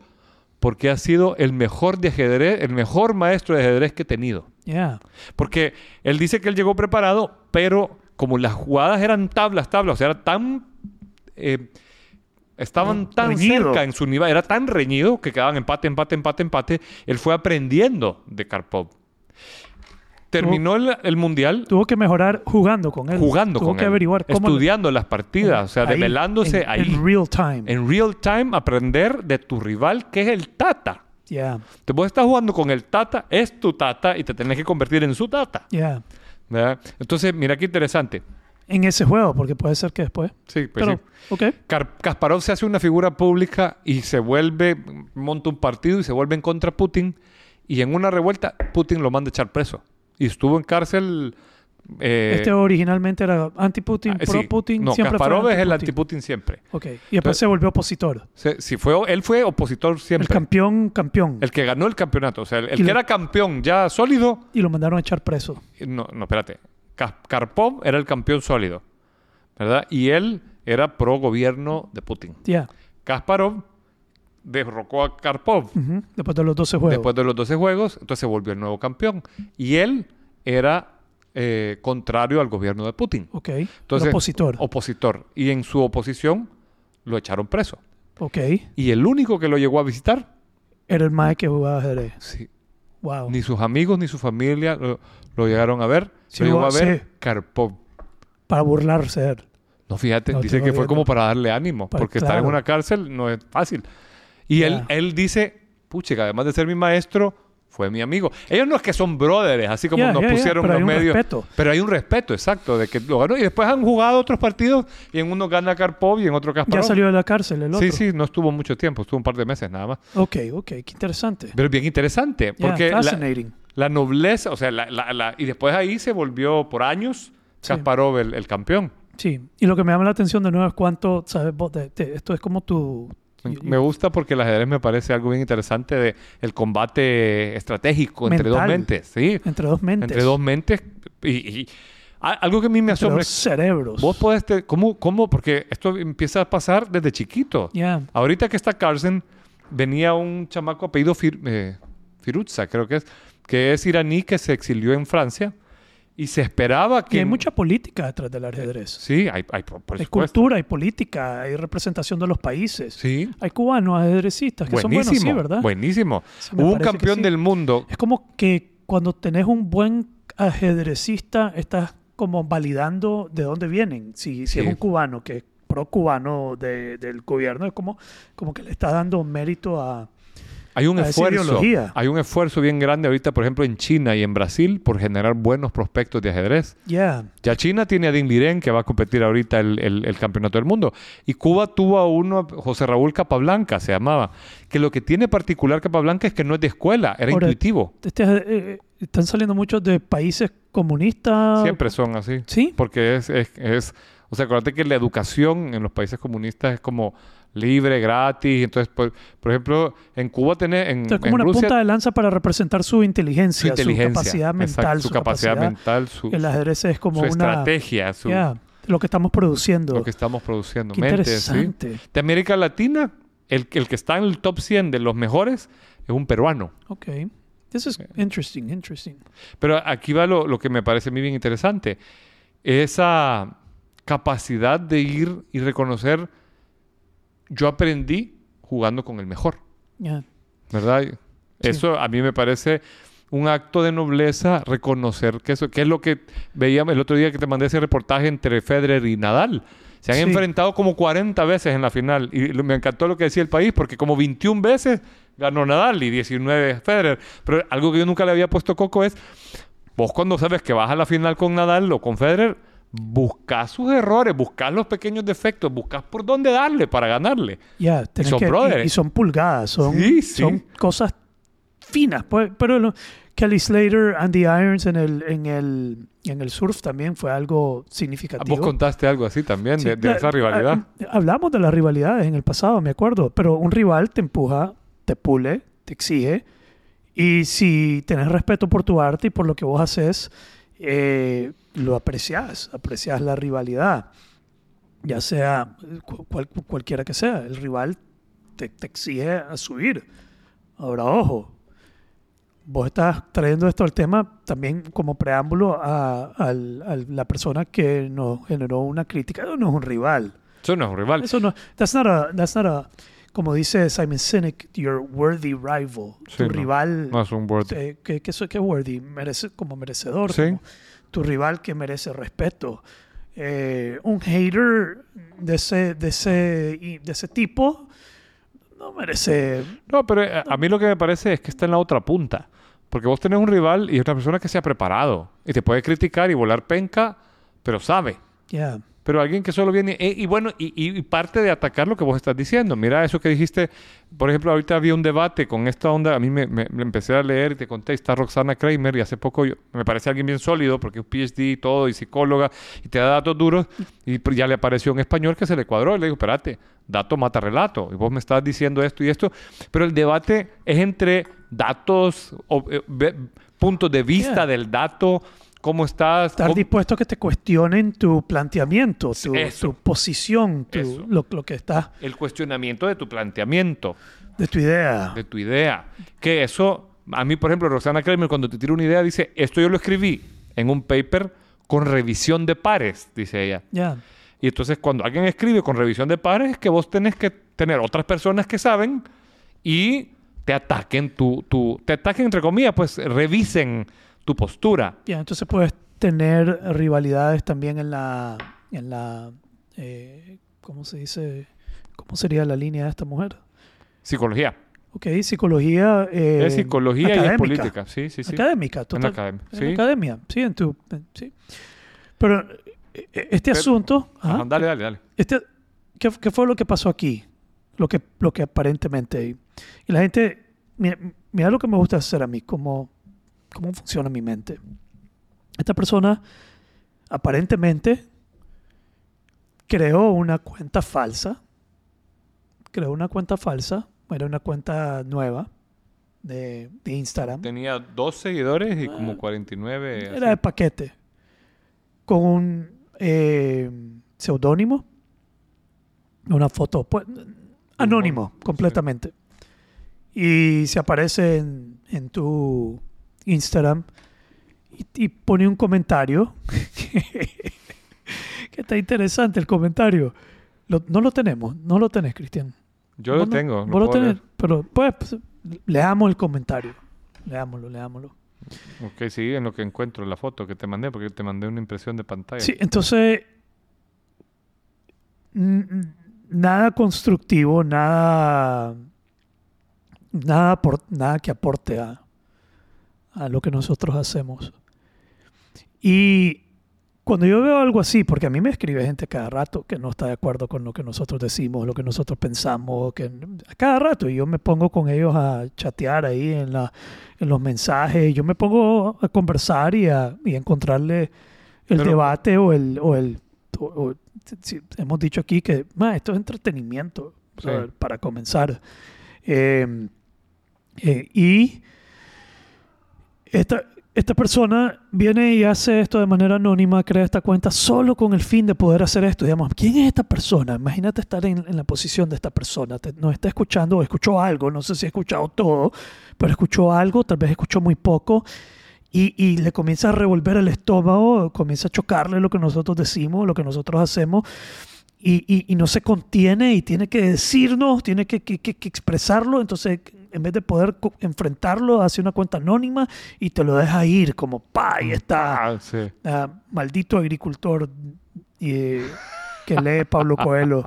Speaker 2: porque ha sido el mejor de ajedrez, el mejor maestro de ajedrez que he tenido.
Speaker 1: Ya.
Speaker 2: Porque él dice que él llegó preparado, pero como las jugadas eran tablas, tablas, o sea, era tan... eh, estaban tan
Speaker 1: Reñido.
Speaker 2: cerca en su nivel, era tan reñido que quedaban empate, empate, empate, empate. Él fue aprendiendo de Karpov. Terminó el, el mundial
Speaker 1: Tuvo que mejorar jugando con él.
Speaker 2: jugando
Speaker 1: Tuvo
Speaker 2: con
Speaker 1: que
Speaker 2: él,
Speaker 1: averiguar cómo.
Speaker 2: estudiando las partidas, o sea,
Speaker 1: Ahí,
Speaker 2: develándose
Speaker 1: en-
Speaker 2: ahí
Speaker 1: En real time.
Speaker 2: en real time aprender de tu rival que es el Tata.
Speaker 1: Ya.
Speaker 2: Te vos estás jugando con el Tata, es tu Tata y te tenés que convertir en su Tata.
Speaker 1: Ya.
Speaker 2: ¿verdad? Entonces, mira qué interesante.
Speaker 1: En ese juego, porque puede ser que después.
Speaker 2: Sí, pues
Speaker 1: Pero,
Speaker 2: sí.
Speaker 1: ok.
Speaker 2: Kar- Kasparov se hace una figura pública y se vuelve, monta un partido y se vuelve en contra Putin. Y en una revuelta, Putin lo manda a echar preso. Y estuvo en cárcel. eh,
Speaker 1: este originalmente era anti-Putin,
Speaker 2: ah, sí.
Speaker 1: pro-Putin.
Speaker 2: No,
Speaker 1: siempre fue
Speaker 2: Kasparov es el
Speaker 1: anti-Putin.
Speaker 2: antiputin siempre.
Speaker 1: Ok. Y después
Speaker 2: Pero-
Speaker 1: se volvió opositor.
Speaker 2: Se- si fue, él fue opositor
Speaker 1: El
Speaker 2: siempre. El,
Speaker 1: campeón, campeón.
Speaker 2: que ganó el campeonato. O sea, el, el
Speaker 1: Y
Speaker 2: que
Speaker 1: lo-
Speaker 2: era campeón ya sólido.
Speaker 1: Y lo mandaron a echar preso.
Speaker 2: No, no, espérate. Kas- Karpov era el campeón sólido. ¿Verdad? Y él era pro gobierno de Putin.
Speaker 1: Ya.
Speaker 2: Kasparov derrocó a Karpov
Speaker 1: Ujú. Después de los 12 juegos.
Speaker 2: después de los 12 juegos. Entonces se volvió el nuevo campeón. Y él era eh, contrario al gobierno de Putin.
Speaker 1: Ok.
Speaker 2: Entonces,
Speaker 1: El opositor.
Speaker 2: Opositor. Y en su oposición lo echaron preso.
Speaker 1: Ok.
Speaker 2: Y el único que lo llegó a visitar,
Speaker 1: Era el mae que jugaba ajedrez.
Speaker 2: sí,
Speaker 1: Wow.
Speaker 2: ni sus amigos ni su familia lo, lo llegaron a ver.
Speaker 1: Sí,
Speaker 2: lo llegó a
Speaker 1: sí.
Speaker 2: ver Karpov.
Speaker 1: Para burlarse de él.
Speaker 2: No, fíjate,
Speaker 1: No,
Speaker 2: dice
Speaker 1: te
Speaker 2: que fue
Speaker 1: jodiendo.
Speaker 2: como para darle ánimo,
Speaker 1: Para-
Speaker 2: porque estar en
Speaker 1: claro.
Speaker 2: una cárcel no es fácil. Y él,
Speaker 1: Ya.
Speaker 2: él dice, puche, que además de ser mi maestro, fue mi amigo. Ellos no es que son brothers, así como
Speaker 1: Ya,
Speaker 2: nos
Speaker 1: ya, ya,
Speaker 2: pusieron
Speaker 1: pero hay
Speaker 2: los
Speaker 1: un
Speaker 2: medios.
Speaker 1: respeto.
Speaker 2: Pero hay un respeto, exacto, de que lo ganó. Y después han jugado otros partidos y en uno gana Karpov y en otro
Speaker 1: Ya
Speaker 2: Kasparov.
Speaker 1: salió de la cárcel el otro.
Speaker 2: Sí, sí, no estuvo mucho tiempo, estuvo un par de meses nada más.
Speaker 1: Ok, ok. Qué interesante.
Speaker 2: Pero es bien interesante,
Speaker 1: Ya,
Speaker 2: porque la-
Speaker 1: fascinating.
Speaker 2: la nobleza, o sea, la, la- la- y después ahí se volvió por años
Speaker 1: Sí.
Speaker 2: Kasparov el, el campeón.
Speaker 1: Sí. Y lo que me llama la atención de nuevo es cuánto, ¿sabes vos? De- de- esto es como tu...
Speaker 2: Me gusta porque el ajedrez me parece algo bien interesante de el combate estratégico entre dos
Speaker 1: Mental.
Speaker 2: mentes, sí,
Speaker 1: Entre dos mentes.
Speaker 2: entre dos mentes y, y- a- algo que a mí me
Speaker 1: Entre
Speaker 2: asombra.
Speaker 1: dos cerebros.
Speaker 2: Vos podés, te- ¿cómo, ¿cómo? Porque esto empieza a pasar desde chiquito.
Speaker 1: Ya.
Speaker 2: Ahorita que está Carson, venía un chamaco apellido Fir- eh, Firuzza, creo que es, que es iraní que se exilió en Francia y se esperaba que...
Speaker 1: Y hay mucha política detrás del ajedrez.
Speaker 2: Sí, hay, hay, por, por
Speaker 1: Hay
Speaker 2: supuesto.
Speaker 1: cultura, hay política, hay representación de los países.
Speaker 2: Sí,
Speaker 1: Hay cubanos ajedrecistas que
Speaker 2: buenísimo.
Speaker 1: son buenos, sí, ¿verdad?
Speaker 2: Buenísimo.
Speaker 1: Sí, me
Speaker 2: Hubo un
Speaker 1: parece que
Speaker 2: campeón
Speaker 1: sí.
Speaker 2: del mundo.
Speaker 1: Es como que cuando tenés un buen ajedrecista, estás como validando de dónde vienen. Si, si es
Speaker 2: Sí.
Speaker 1: un cubano que es pro cubano de- del gobierno, es como, como que le está dando mérito a...
Speaker 2: Hay un
Speaker 1: a esa
Speaker 2: esfuerzo.
Speaker 1: ideología.
Speaker 2: Hay un esfuerzo bien grande ahorita, por ejemplo, en China y en Brasil por generar buenos prospectos de ajedrez.
Speaker 1: Yeah,
Speaker 2: Ya China tiene a Ding Liren, que va a competir ahorita el, el- el campeonato del mundo. Y Cuba tuvo a uno, José Raúl Capablanca se llamaba, que lo que tiene particular Capablanca es que no es de escuela, era
Speaker 1: Ahora,
Speaker 2: intuitivo.
Speaker 1: este, eh, eh, están saliendo muchos de países comunistas.
Speaker 2: Siempre son así.
Speaker 1: Sí,
Speaker 2: Porque es, es, es- o sea, acuérdate que la educación en los países comunistas es como libre, gratis. Entonces, por, por ejemplo, en Cuba tenés, en,
Speaker 1: es como
Speaker 2: en
Speaker 1: una
Speaker 2: Rusia,
Speaker 1: punta de lanza para representar su
Speaker 2: su
Speaker 1: inteligencia, su,
Speaker 2: inteligencia,
Speaker 1: capacidad
Speaker 2: exacto,
Speaker 1: mental,
Speaker 2: su, capacidad, mental, su,
Speaker 1: El ajedrez es como
Speaker 2: su
Speaker 1: una...
Speaker 2: estrategia, su-
Speaker 1: Yeah, lo que estamos produciendo.
Speaker 2: lo que estamos produciendo.
Speaker 1: Qué
Speaker 2: Mente, ¿sí?
Speaker 1: interesante.
Speaker 2: De América Latina, el, el que está en el top 100 de los mejores es un peruano.
Speaker 1: Ok. This is interesting, interesting.
Speaker 2: Pero aquí va lo, lo que me parece a mí bien interesante. Esa capacidad de ir y reconocer, yo aprendí jugando con el mejor,
Speaker 1: Yeah.
Speaker 2: ¿verdad? Eso a mí me parece un acto de nobleza reconocer que eso, que es lo que veíamos el otro día que te mandé ese reportaje entre Federer y Nadal. Se han
Speaker 1: Sí.
Speaker 2: enfrentado como 40 veces en la final y lo- me encantó lo que decía el país porque como 21 veces ganó Nadal y 19 Federer. Pero algo que yo nunca le había puesto coco es vos cuando sabes que vas a la final con Nadal o con Federer, buscas sus errores, buscas los pequeños defectos, buscas por dónde darle para ganarle.
Speaker 1: Yeah, tenés
Speaker 2: son
Speaker 1: que-
Speaker 2: brothers.
Speaker 1: Y, y son pulgadas, son,
Speaker 2: Sí, sí.
Speaker 1: son cosas finas. pues, Pero lo- Kelly Slater, Andy Irons en el, en el, en el surf también fue algo significativo.
Speaker 2: Vos contaste algo así también
Speaker 1: Sí,
Speaker 2: de, de
Speaker 1: la- ah,
Speaker 2: esa rivalidad.
Speaker 1: a- hablamos de las rivalidades en el pasado, me acuerdo, pero un rival te empuja, te pule, te exige, y si tenés respeto por tu arte y por lo que vos haces, eh, lo apreciás, apreciás la rivalidad, ya sea eh, cu- cual- cualquiera que sea, el rival te, te exige a subir. Ahora, ojo, vos estás trayendo esto al tema también como preámbulo a, al- al- la persona que nos generó una crítica. Eso no es un rival.
Speaker 2: Eso no es un rival.
Speaker 1: Eso no. That's not a. That's not a como dice Simon Sinek, your worthy rival.
Speaker 2: Sí,
Speaker 1: tu
Speaker 2: no.
Speaker 1: rival.
Speaker 2: No es un board.
Speaker 1: eh, que, que, eso- que worthy, merece, como merecedor.
Speaker 2: Sí.
Speaker 1: como tu rival que merece respeto. Eh, un hater de ese, de, ese, y- de ese tipo no merece.
Speaker 2: No, pero eh, a mí lo que me parece es que está en la otra punta. Porque vos tenés un rival y es una persona que se ha preparado. Y te puede criticar y volar penca, pero sabe.
Speaker 1: Yeah.
Speaker 2: Pero alguien que solo viene... eh, y bueno, y, y- y parte de atacar lo que vos estás diciendo. Mira eso que dijiste. Por ejemplo, ahorita había un debate con esta onda. A mí me, me- me empecé a leer y te conté. Está Roxana Kramer y hace poco yo- me parece alguien bien sólido porque es PhD y todo y psicóloga y te da datos duros. Y pr- ya le apareció un español que se le cuadró. Y le digo, espérate, dato mata relato. Y vos me estás diciendo esto y esto. Pero el debate es entre datos, o, eh, ve- puntos de vista
Speaker 1: Yeah.
Speaker 2: del dato. ¿Cómo estás?
Speaker 1: Estar
Speaker 2: cómo-
Speaker 1: dispuesto a que te cuestionen tu planteamiento, tu,
Speaker 2: Eso.
Speaker 1: tu posición, tu-
Speaker 2: Eso.
Speaker 1: lo, lo que estás,
Speaker 2: el cuestionamiento de tu planteamiento.
Speaker 1: de tu idea.
Speaker 2: de tu idea. Que eso, a mí, por ejemplo, Roxana Kramer, cuando te tira una idea, dice, esto yo lo escribí, en un paper con revisión de pares, dice ella.
Speaker 1: Ya.
Speaker 2: Y entonces cuando alguien escribe con revisión de pares es que vos tenés que tener otras personas que saben y te ataquen tu, tu te ataquen entre comillas, pues revisen tu postura.
Speaker 1: Ya, entonces puedes tener rivalidades también en la. En la eh, ¿Cómo se dice? ¿Cómo sería la línea de esta mujer?
Speaker 2: Psicología.
Speaker 1: Ok, psicología. eh,
Speaker 2: es psicología y es
Speaker 1: académica.
Speaker 2: política. Sí, sí, sí.
Speaker 1: Académica,
Speaker 2: En
Speaker 1: total.
Speaker 2: la academia.
Speaker 1: en
Speaker 2: Sí.
Speaker 1: academia, sí, en tu. en- sí. Pero eh, este asunto. ajá,
Speaker 2: Ajá, dale, dale, dale.
Speaker 1: este, ¿qué, qué fue lo que pasó aquí? Lo que, lo que aparentemente. Y, y la gente. Mira, mira lo que me gusta hacer a mí, cómo, cómo funciona mi mente. Esta persona aparentemente creó una cuenta falsa. Creó una cuenta falsa. Era una cuenta nueva de, de Instagram.
Speaker 2: Tenía dos seguidores y como 49. así.
Speaker 1: Ah. Era de paquete. Con un eh, seudónimo. Una foto. pues, anónimo,
Speaker 2: sí.
Speaker 1: completamente. Y se aparece en, en tu Instagram y, y pone un comentario. (laughs) que está interesante el comentario. Lo- no lo tenemos, no lo tenés, Cristian.
Speaker 2: Yo lo
Speaker 1: Vos no-
Speaker 2: tengo.
Speaker 1: vos lo
Speaker 2: puedo
Speaker 1: tenés,
Speaker 2: leer.
Speaker 1: pero pues, pues, leamos el comentario. Leámoslo, leámoslo.
Speaker 2: Ok, sí, en lo que encuentro la foto que te mandé, porque te mandé una impresión de pantalla.
Speaker 1: Sí, entonces n- n- nada constructivo, nada nada por, nada que aporte a, a lo que nosotros hacemos. Y cuando yo veo algo así, porque a mí me escribe gente cada rato que no está de acuerdo con lo que nosotros decimos, lo que nosotros pensamos, que a cada rato y yo me pongo con ellos a chatear ahí en la en los mensajes, yo me pongo a conversar y a y a encontrarle el
Speaker 2: Pero-
Speaker 1: debate o el o el o- o- si- si- hemos dicho aquí que "Ma, esto es entretenimiento o sea,
Speaker 2: Sí.
Speaker 1: para comenzar. Eh, eh, y esta, esta persona viene y hace esto de manera anónima, crea esta cuenta solo con el fin de poder hacer esto. Digamos, ¿quién es esta persona? Imagínate estar en, en la posición de esta persona. Te- nos está escuchando o escuchó algo, no sé si ha escuchado todo, pero escuchó algo, tal vez escuchó muy poco. Y, y le comienza a revolver el estómago, comienza a chocarle lo que nosotros decimos, lo que nosotros hacemos, y, y- y no se contiene y tiene que decirnos, tiene que, que- que- que expresarlo, entonces en vez de poder co- enfrentarlo, hace una cuenta anónima y te lo deja ir como, pa, ahí está, (laughs)
Speaker 2: Ah, sí. (laughs)
Speaker 1: ah, maldito agricultor eh, que lee Pablo Coelho.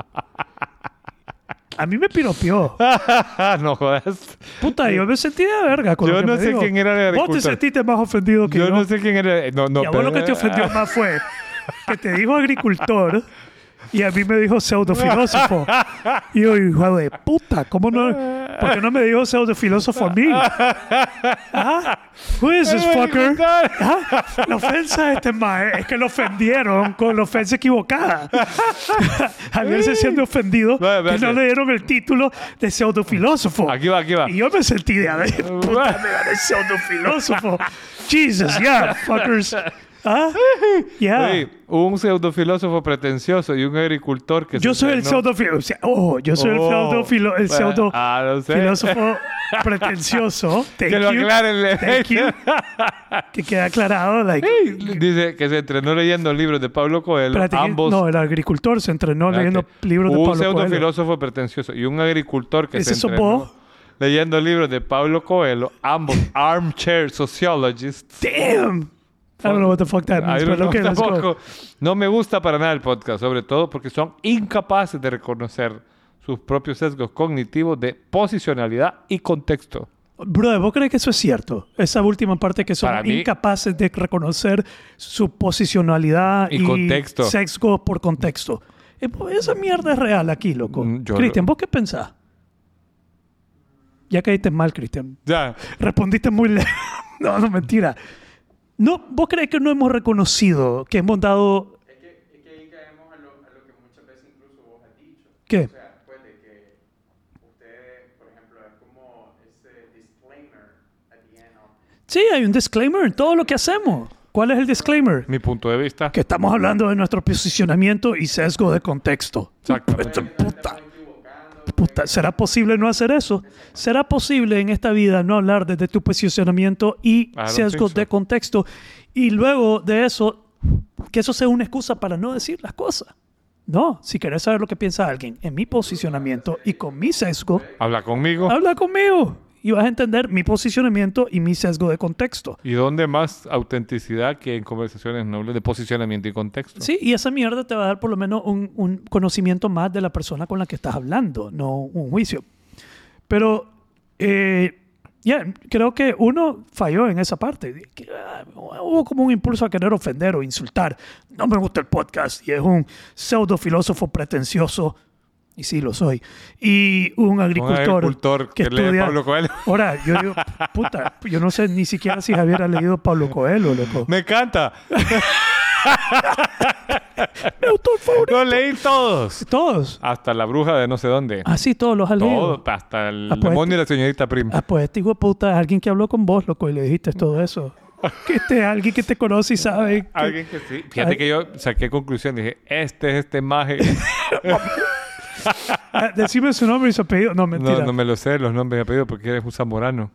Speaker 1: A mí me piropió.
Speaker 2: no jodas.
Speaker 1: Puta, yo me sentí de verga. Con lo
Speaker 2: Yo
Speaker 1: que
Speaker 2: no
Speaker 1: me
Speaker 2: sé
Speaker 1: dijo.
Speaker 2: quién era el
Speaker 1: Vos te
Speaker 2: agricultor.
Speaker 1: sentiste más ofendido que yo.
Speaker 2: Yo no sé quién era. No, no,
Speaker 1: y a vos lo que te
Speaker 2: (laughs)
Speaker 1: ofendió
Speaker 2: Ah.
Speaker 1: más fue que te dijo agricultor y a mí me dijo pseudofilósofo. Y yo, hijo de puta, ¿cómo no? ¿Por qué no me dijo pseudofilósofo a mí? ¿Ah? Who is this fucker? ¿Ah? La ofensa de este mae es que lo ofendieron con la ofensa equivocada. Javier se siente ofendido
Speaker 2: Vale,
Speaker 1: que no
Speaker 2: vale.
Speaker 1: le dieron el título de pseudofilósofo.
Speaker 2: Aquí va, aquí va.
Speaker 1: Y yo me sentí de a ver, puta, me gané pseudofilósofo. Jesus, yeah,
Speaker 2: (laughs)
Speaker 1: fuckers. ¿Ah? Yeah.
Speaker 2: Sí, un pseudofilósofo pretencioso y un agricultor que...
Speaker 1: Yo
Speaker 2: se-
Speaker 1: soy el
Speaker 2: no-
Speaker 1: pseudofilósofo. Ojo, yo soy
Speaker 2: Oh,
Speaker 1: el pseudofilo- el
Speaker 2: bueno,
Speaker 1: pseudo
Speaker 2: ah, no sé. (laughs)
Speaker 1: filósofo pretencioso. Thank
Speaker 2: Que lo
Speaker 1: you.
Speaker 2: aclaren.
Speaker 1: Thank
Speaker 2: (laughs)
Speaker 1: you. que queda aclarado. Like,
Speaker 2: Dice que se entrenó leyendo libros de Pablo Coelho.
Speaker 1: espérate, ¿quién-
Speaker 2: ambos...
Speaker 1: No, el agricultor se entrenó leyendo
Speaker 2: Espérate.
Speaker 1: libros de
Speaker 2: un
Speaker 1: Pablo Coelho.
Speaker 2: pseudofilósofo pretencioso y un agricultor que
Speaker 1: ¿Ese
Speaker 2: se
Speaker 1: sos
Speaker 2: entrenó
Speaker 1: vos?
Speaker 2: leyendo libros de Pablo Coelho.
Speaker 1: (laughs)
Speaker 2: Ambos armchair sociologists.
Speaker 1: Damn. I don't know what the fuck that means,
Speaker 2: Ay,
Speaker 1: but
Speaker 2: no,
Speaker 1: okay, let's go.
Speaker 2: tampoco. No me gusta para nada el podcast, sobre todo porque son incapaces de reconocer sus propios sesgos cognitivos de posicionalidad y contexto.
Speaker 1: Brother, ¿vos crees que eso es cierto? Esa última parte que
Speaker 2: Para
Speaker 1: son
Speaker 2: mí-
Speaker 1: incapaces de reconocer su posicionalidad
Speaker 2: Y contexto.
Speaker 1: sexo por contexto. Eh, pues, Esa mierda es real aquí, loco.
Speaker 2: Mm, yo
Speaker 1: Cristian, ¿vos qué pensás? Ya caíste mal, Cristian.
Speaker 2: Ya.
Speaker 1: Respondiste muy lejos. (laughs) no, no, mentira. No, ¿Vos crees que no hemos reconocido, que hemos dado...
Speaker 3: Es que, es que ahí caemos a lo, a lo que muchas veces incluso vos has dicho.
Speaker 1: ¿Qué?
Speaker 3: O sea, pues de que ustedes, por ejemplo, es como ese disclaimer at the end of
Speaker 1: Sí, hay un disclaimer en todo lo que hacemos. ¿Cuál es el disclaimer?
Speaker 2: Mi punto de vista.
Speaker 1: Que estamos hablando de nuestro posicionamiento y sesgo de contexto.
Speaker 2: Exactamente.
Speaker 1: Puta.
Speaker 3: equivocando
Speaker 1: puta, ¿será posible no hacer eso? ¿Será posible en esta vida no hablar desde tu posicionamiento y
Speaker 2: I don't
Speaker 1: sesgo
Speaker 2: think so.
Speaker 1: de contexto? Y luego de eso, que eso sea una excusa para no decir las cosas. No, si querés saber lo que piensa alguien en mi posicionamiento y con mi sesgo,
Speaker 2: Habla conmigo.
Speaker 1: habla conmigo y vas a entender mi posicionamiento y mi sesgo de contexto.
Speaker 2: ¿Y dónde más autenticidad que en conversaciones nobles de posicionamiento y contexto?
Speaker 1: Sí, y esa mierda te va a dar por lo menos un, un conocimiento más de la persona con la que estás hablando, no un juicio. Pero, eh, yeah, creo que uno falló en esa parte. Que, ah, Hubo como un impulso a querer ofender o insultar. No me gusta el podcast y es un pseudo filósofo pretencioso. Y sí, lo soy. Y un
Speaker 2: Un
Speaker 1: agricultor,
Speaker 2: agricultor que, lee
Speaker 1: estudia-
Speaker 2: Pablo Coelho.
Speaker 1: (laughs) Ahora, yo digo, puta, yo no sé ni siquiera si Javier ha leído Pablo Coelho,
Speaker 2: (laughs)
Speaker 1: loco.
Speaker 2: Me encanta.
Speaker 1: Mi autor favorito.
Speaker 2: Lo leí todos.
Speaker 1: Todos.
Speaker 2: Hasta la bruja de no sé dónde.
Speaker 1: Ah, sí, todos los has leído.
Speaker 2: Todo, hasta el
Speaker 1: Ah, pues,
Speaker 2: demonio y la señorita Prim.
Speaker 1: Ah, pues este hijo de puta es alguien que habló con vos, loco, y le dijiste todo
Speaker 2: (laughs)
Speaker 1: eso. Que este alguien que te conoce y sabe. que-
Speaker 2: Alguien que sí.
Speaker 1: Ay.
Speaker 2: Fíjate que yo saqué conclusión. Dije, este es este maje.
Speaker 1: (laughs) Ah, decime su nombre y su apellido. No, mentira.
Speaker 2: No, no me lo sé los nombres y apellidos porque eres un zamorano.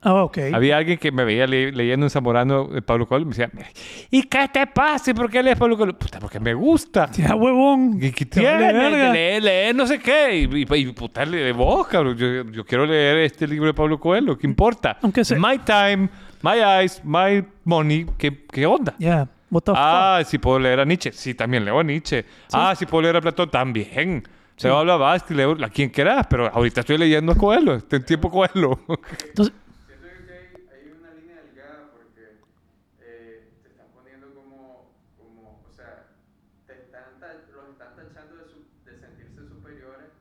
Speaker 1: Ah, ok.
Speaker 2: Había alguien que me veía le- leyendo un zamorano de Pablo Coelho y me decía, ¿y qué te pasa? ¿Y por qué lees Pablo Coelho? Puta, porque me gusta.
Speaker 1: Ya, huevón.
Speaker 2: ¿Qué, qué
Speaker 1: Te vale
Speaker 2: tiene?
Speaker 1: verga.
Speaker 2: Leer, leer, no sé qué. Y, y, y puta, le- de vos, cabrón. Yo, yo quiero leer este libro de Pablo Coelho. ¿Qué importa?
Speaker 1: Mm. Aunque sea-
Speaker 2: My time, my eyes, my money. ¿Qué, qué onda?
Speaker 1: Ya, what the
Speaker 2: Ah, si puedo leer a Nietzsche. Sí, también leo a Nietzsche. Ah, si puedo leer a Platón. También. Se va a hablar Vázquez, leo a quien quieras, pero ahorita estoy leyendo a Coelho. Estoy en tiempo Coelho.
Speaker 1: fuck. Entonces,
Speaker 3: Siento yo que hay, hay una línea delgada porque eh, te están poniendo como, como o sea, te están, ta- los están tachando de, su- de sentirse superiores,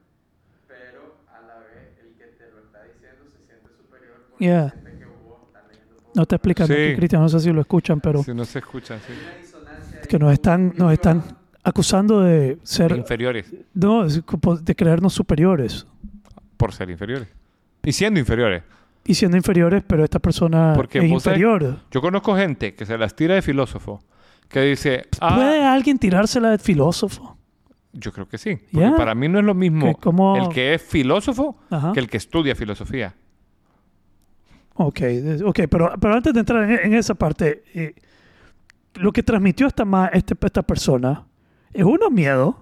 Speaker 3: pero a la vez el que te lo está diciendo se siente superior porque
Speaker 1: Yeah.
Speaker 3: siente que vos estás leyendo por
Speaker 1: no te explican
Speaker 2: Sí.
Speaker 1: aquí, Cristian, no sé si lo escuchan, pero
Speaker 2: Si no se escuchan, sí.
Speaker 3: una disonancia ahí
Speaker 1: que nos están, nos están acusando de ser,
Speaker 2: Inferiores.
Speaker 1: no, es como de creernos superiores
Speaker 2: Por ser inferiores. Y siendo inferiores.
Speaker 1: y siendo inferiores, pero esta persona
Speaker 2: Porque
Speaker 1: es
Speaker 2: vos sabés-
Speaker 1: inferior.
Speaker 2: Yo conozco gente que se las tira de filósofo. Que dice, ah,
Speaker 1: Pues ¿Puede alguien tirársela de filósofo?
Speaker 2: Yo creo que sí. Porque
Speaker 1: Ya.
Speaker 2: para mí no es lo mismo
Speaker 1: Que como-
Speaker 2: el que es filósofo
Speaker 1: Ajá.
Speaker 2: que el que estudia filosofía.
Speaker 1: Ok, de- ok, pero, pero antes de entrar en, en esa parte, eh, lo que transmitió esta, ma- este- esta persona es uno miedo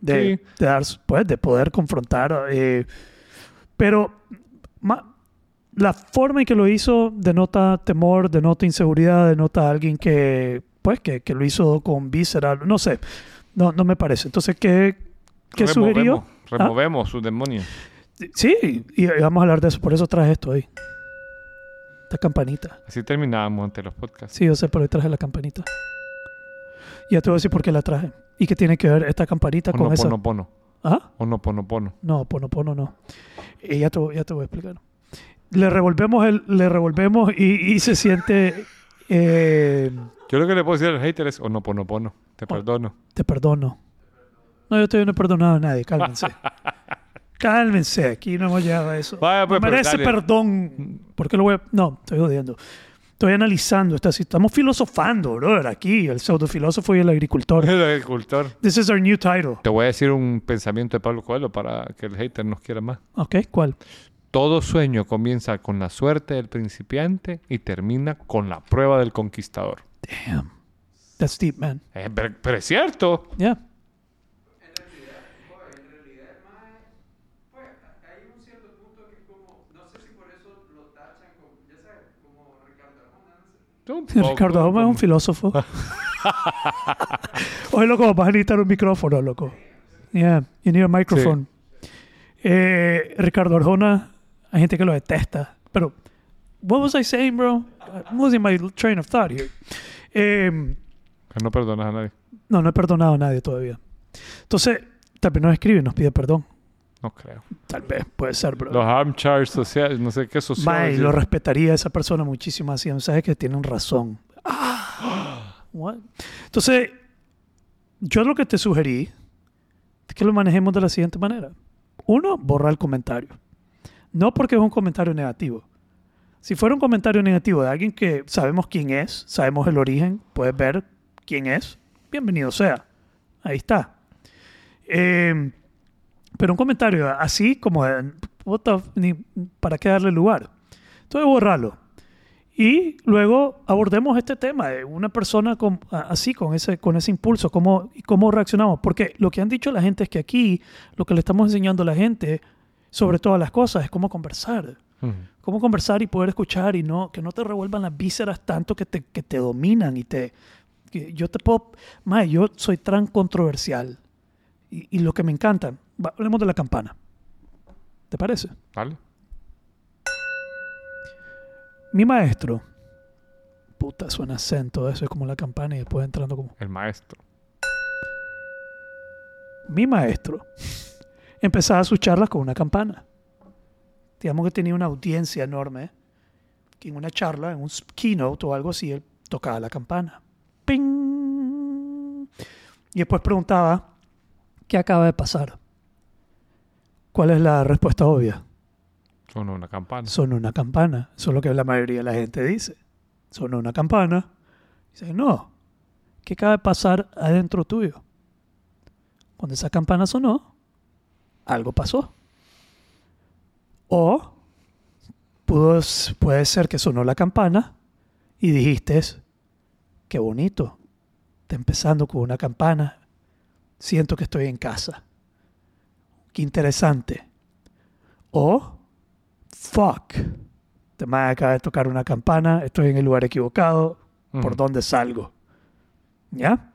Speaker 1: de,
Speaker 2: Sí.
Speaker 1: de dar, pues, de poder confrontar, eh, pero ma- la forma en que lo hizo denota temor, denota inseguridad, denota a alguien que, pues, que, que lo hizo con visceral, no sé, no, no me parece. Entonces, ¿qué, qué
Speaker 2: Removemos-
Speaker 1: sugirió? Ah,
Speaker 2: Removemos sus demonios.
Speaker 1: sí, y, y vamos a hablar de eso, por eso traje esto ahí, esta campanita.
Speaker 2: Así terminábamos ante los podcasts.
Speaker 1: Sí, yo sé, pero hoy traje la campanita. Ya te voy a decir por qué la traje. ¿Y qué tiene que ver esta campanita con esa?
Speaker 2: Onoponopono.
Speaker 1: ¿Ah?
Speaker 2: Onoponopono.
Speaker 1: No, pono, pono, no. Y ya te, voy- ya te voy a explicar. Le revolvemos, el, le revolvemos y, y se siente... eh,
Speaker 2: Yo lo que le puedo decir al hater es "Oh, pues, onoponopono. Te perdono. (laughs)
Speaker 1: te perdono. No, yo todavía no he perdonado a nadie.
Speaker 2: (laughs)
Speaker 1: Cálmense. Cálmense. Aquí no hemos llegado a eso.
Speaker 2: Vaya, pues,
Speaker 1: No
Speaker 2: pero
Speaker 1: merece
Speaker 2: dale.
Speaker 1: perdón. ¿Por qué lo voy a...? No, estoy jodiendo. Estoy analizando. Esta, si estamos filosofando, brother. Aquí, el pseudofilósofo y el agricultor.
Speaker 2: (laughs) El agricultor.
Speaker 1: This is our new title.
Speaker 2: Te voy a decir un pensamiento de Pablo Coelho para que el hater nos quiera más.
Speaker 1: Ok, ¿cuál?
Speaker 2: Todo sueño comienza con la suerte del principiante y termina con la prueba del conquistador.
Speaker 1: Damn. That's deep, man.
Speaker 2: Eh, pero- pero es cierto.
Speaker 1: Yeah.
Speaker 3: Pues, en realidad es más, pues hay un cierto punto que es como, no sé si por eso lo tachan como, ya sabes, como Ricardo Arjona, no sé.
Speaker 2: Un
Speaker 1: Ricardo
Speaker 2: poco,
Speaker 1: Arjona es un
Speaker 2: (laughs)
Speaker 1: filósofo. Oye, loco, vas a necesitar un micrófono, loco. Yeah, you need a microphone. Eh, Ricardo Arjona, hay gente que lo detesta. Pero, what was I saying, bro? I'm losing my train of thought here. Em,
Speaker 2: Que no perdonas a nadie.
Speaker 1: no, no he perdonado a nadie todavía. Entonces, también nos escribe y nos pide perdón.
Speaker 2: No creo.
Speaker 1: Tal vez, puede ser, bro.
Speaker 2: Los armchairs sociales, no sé qué
Speaker 1: Mae,
Speaker 2: sociales.
Speaker 1: lo respetaría a esa persona muchísimo así. Sabes que tienen razón. (gasps) Ah. What? Entonces, yo lo que te sugerí es que lo manejemos de la siguiente manera. Uno, borrar el comentario. No porque es un comentario negativo. Si fuera un comentario negativo de alguien que sabemos quién es, sabemos el origen, puedes ver quién es, bienvenido sea. Ahí está. Eh, Pero un comentario así como de, what the f- ni- ¿para qué darle lugar? Entonces borrarlo. Y luego abordemos este tema de una persona con- a- así, con ese, con ese impulso, cómo, y cómo reaccionamos. Porque lo que han dicho la gente es que aquí lo que le estamos enseñando a la gente, sobre todas las cosas, es cómo conversar.
Speaker 2: Ujú.
Speaker 1: Cómo conversar y poder escuchar y no que no te revuelvan las vísceras tanto que te, que te dominan y te... que yo te puedo... Mae, yo soy tan controversial. Y, y lo que me encanta... va, hablemos de la campana. ¿Te parece?
Speaker 2: ¿Vale?
Speaker 1: Mi maestro... Puta, suena acento eso. Es como la campana y después entrando como...
Speaker 2: El maestro.
Speaker 1: mi maestro empezaba sus charlas con una campana. Digamos que tenía una audiencia enorme, que en una charla, en un s- keynote o algo así, él tocaba la campana. ¡Ping! Y después preguntaba, ¿qué acaba de pasar? ¿Cuál es la respuesta obvia?
Speaker 2: Son una campana.
Speaker 1: Son una campana. Eso es lo que la mayoría de la gente dice. Son una campana. Dicen, no. ¿Qué acaba de pasar adentro tuyo? Cuando esa campana sonó, algo pasó. O pudo, s- puede ser que sonó la campana y dijiste, qué bonito. Está empezando con una campana. Siento que estoy en casa. Qué interesante. O fuck. Te me acaba de tocar una campana, estoy en el lugar equivocado, ¿por
Speaker 2: Ujú.
Speaker 1: dónde salgo? ¿Ya?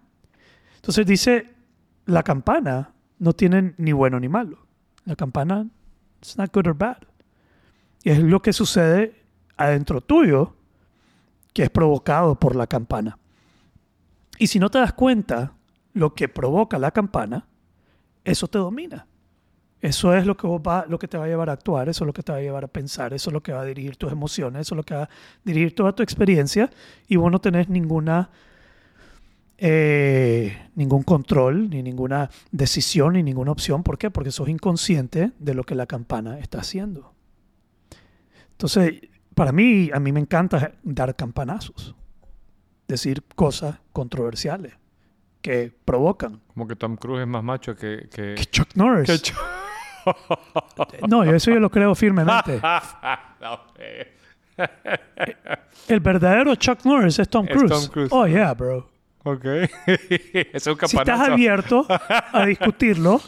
Speaker 1: Entonces dice, la campana no tiene ni bueno ni malo. La campana, it's not good or bad. Y es lo que sucede adentro tuyo que es provocado por la campana. Y si no te das cuenta lo que provoca la campana, eso te domina. Eso es lo que, vos va- lo que te va a llevar a actuar, eso es lo que te va a llevar a pensar, eso es lo que va a dirigir tus emociones, eso es lo que va a dirigir toda tu experiencia y vos no tenés ninguna, eh, ningún control, ni ninguna decisión, ni ninguna opción. ¿Por qué? Porque sos inconsciente de lo que la campana está haciendo. Entonces, para mí, a mí me encanta dar campanazos, decir cosas controversiales que provocan.
Speaker 2: Como que Tom Cruise es más macho que... que...
Speaker 1: Que Chuck Norris.
Speaker 2: que Ch- (laughs)
Speaker 1: No, yo eso yo lo creo
Speaker 2: (laughs)
Speaker 1: firmemente.
Speaker 2: No, eh.
Speaker 1: El verdadero Chuck Norris es Tom
Speaker 2: Es
Speaker 1: Cruise.
Speaker 2: Tom Cruise.
Speaker 1: Oh, yeah, bro.
Speaker 2: (laughs) Ok. es un
Speaker 1: Si estás
Speaker 2: campanazo.
Speaker 1: abierto a discutirlo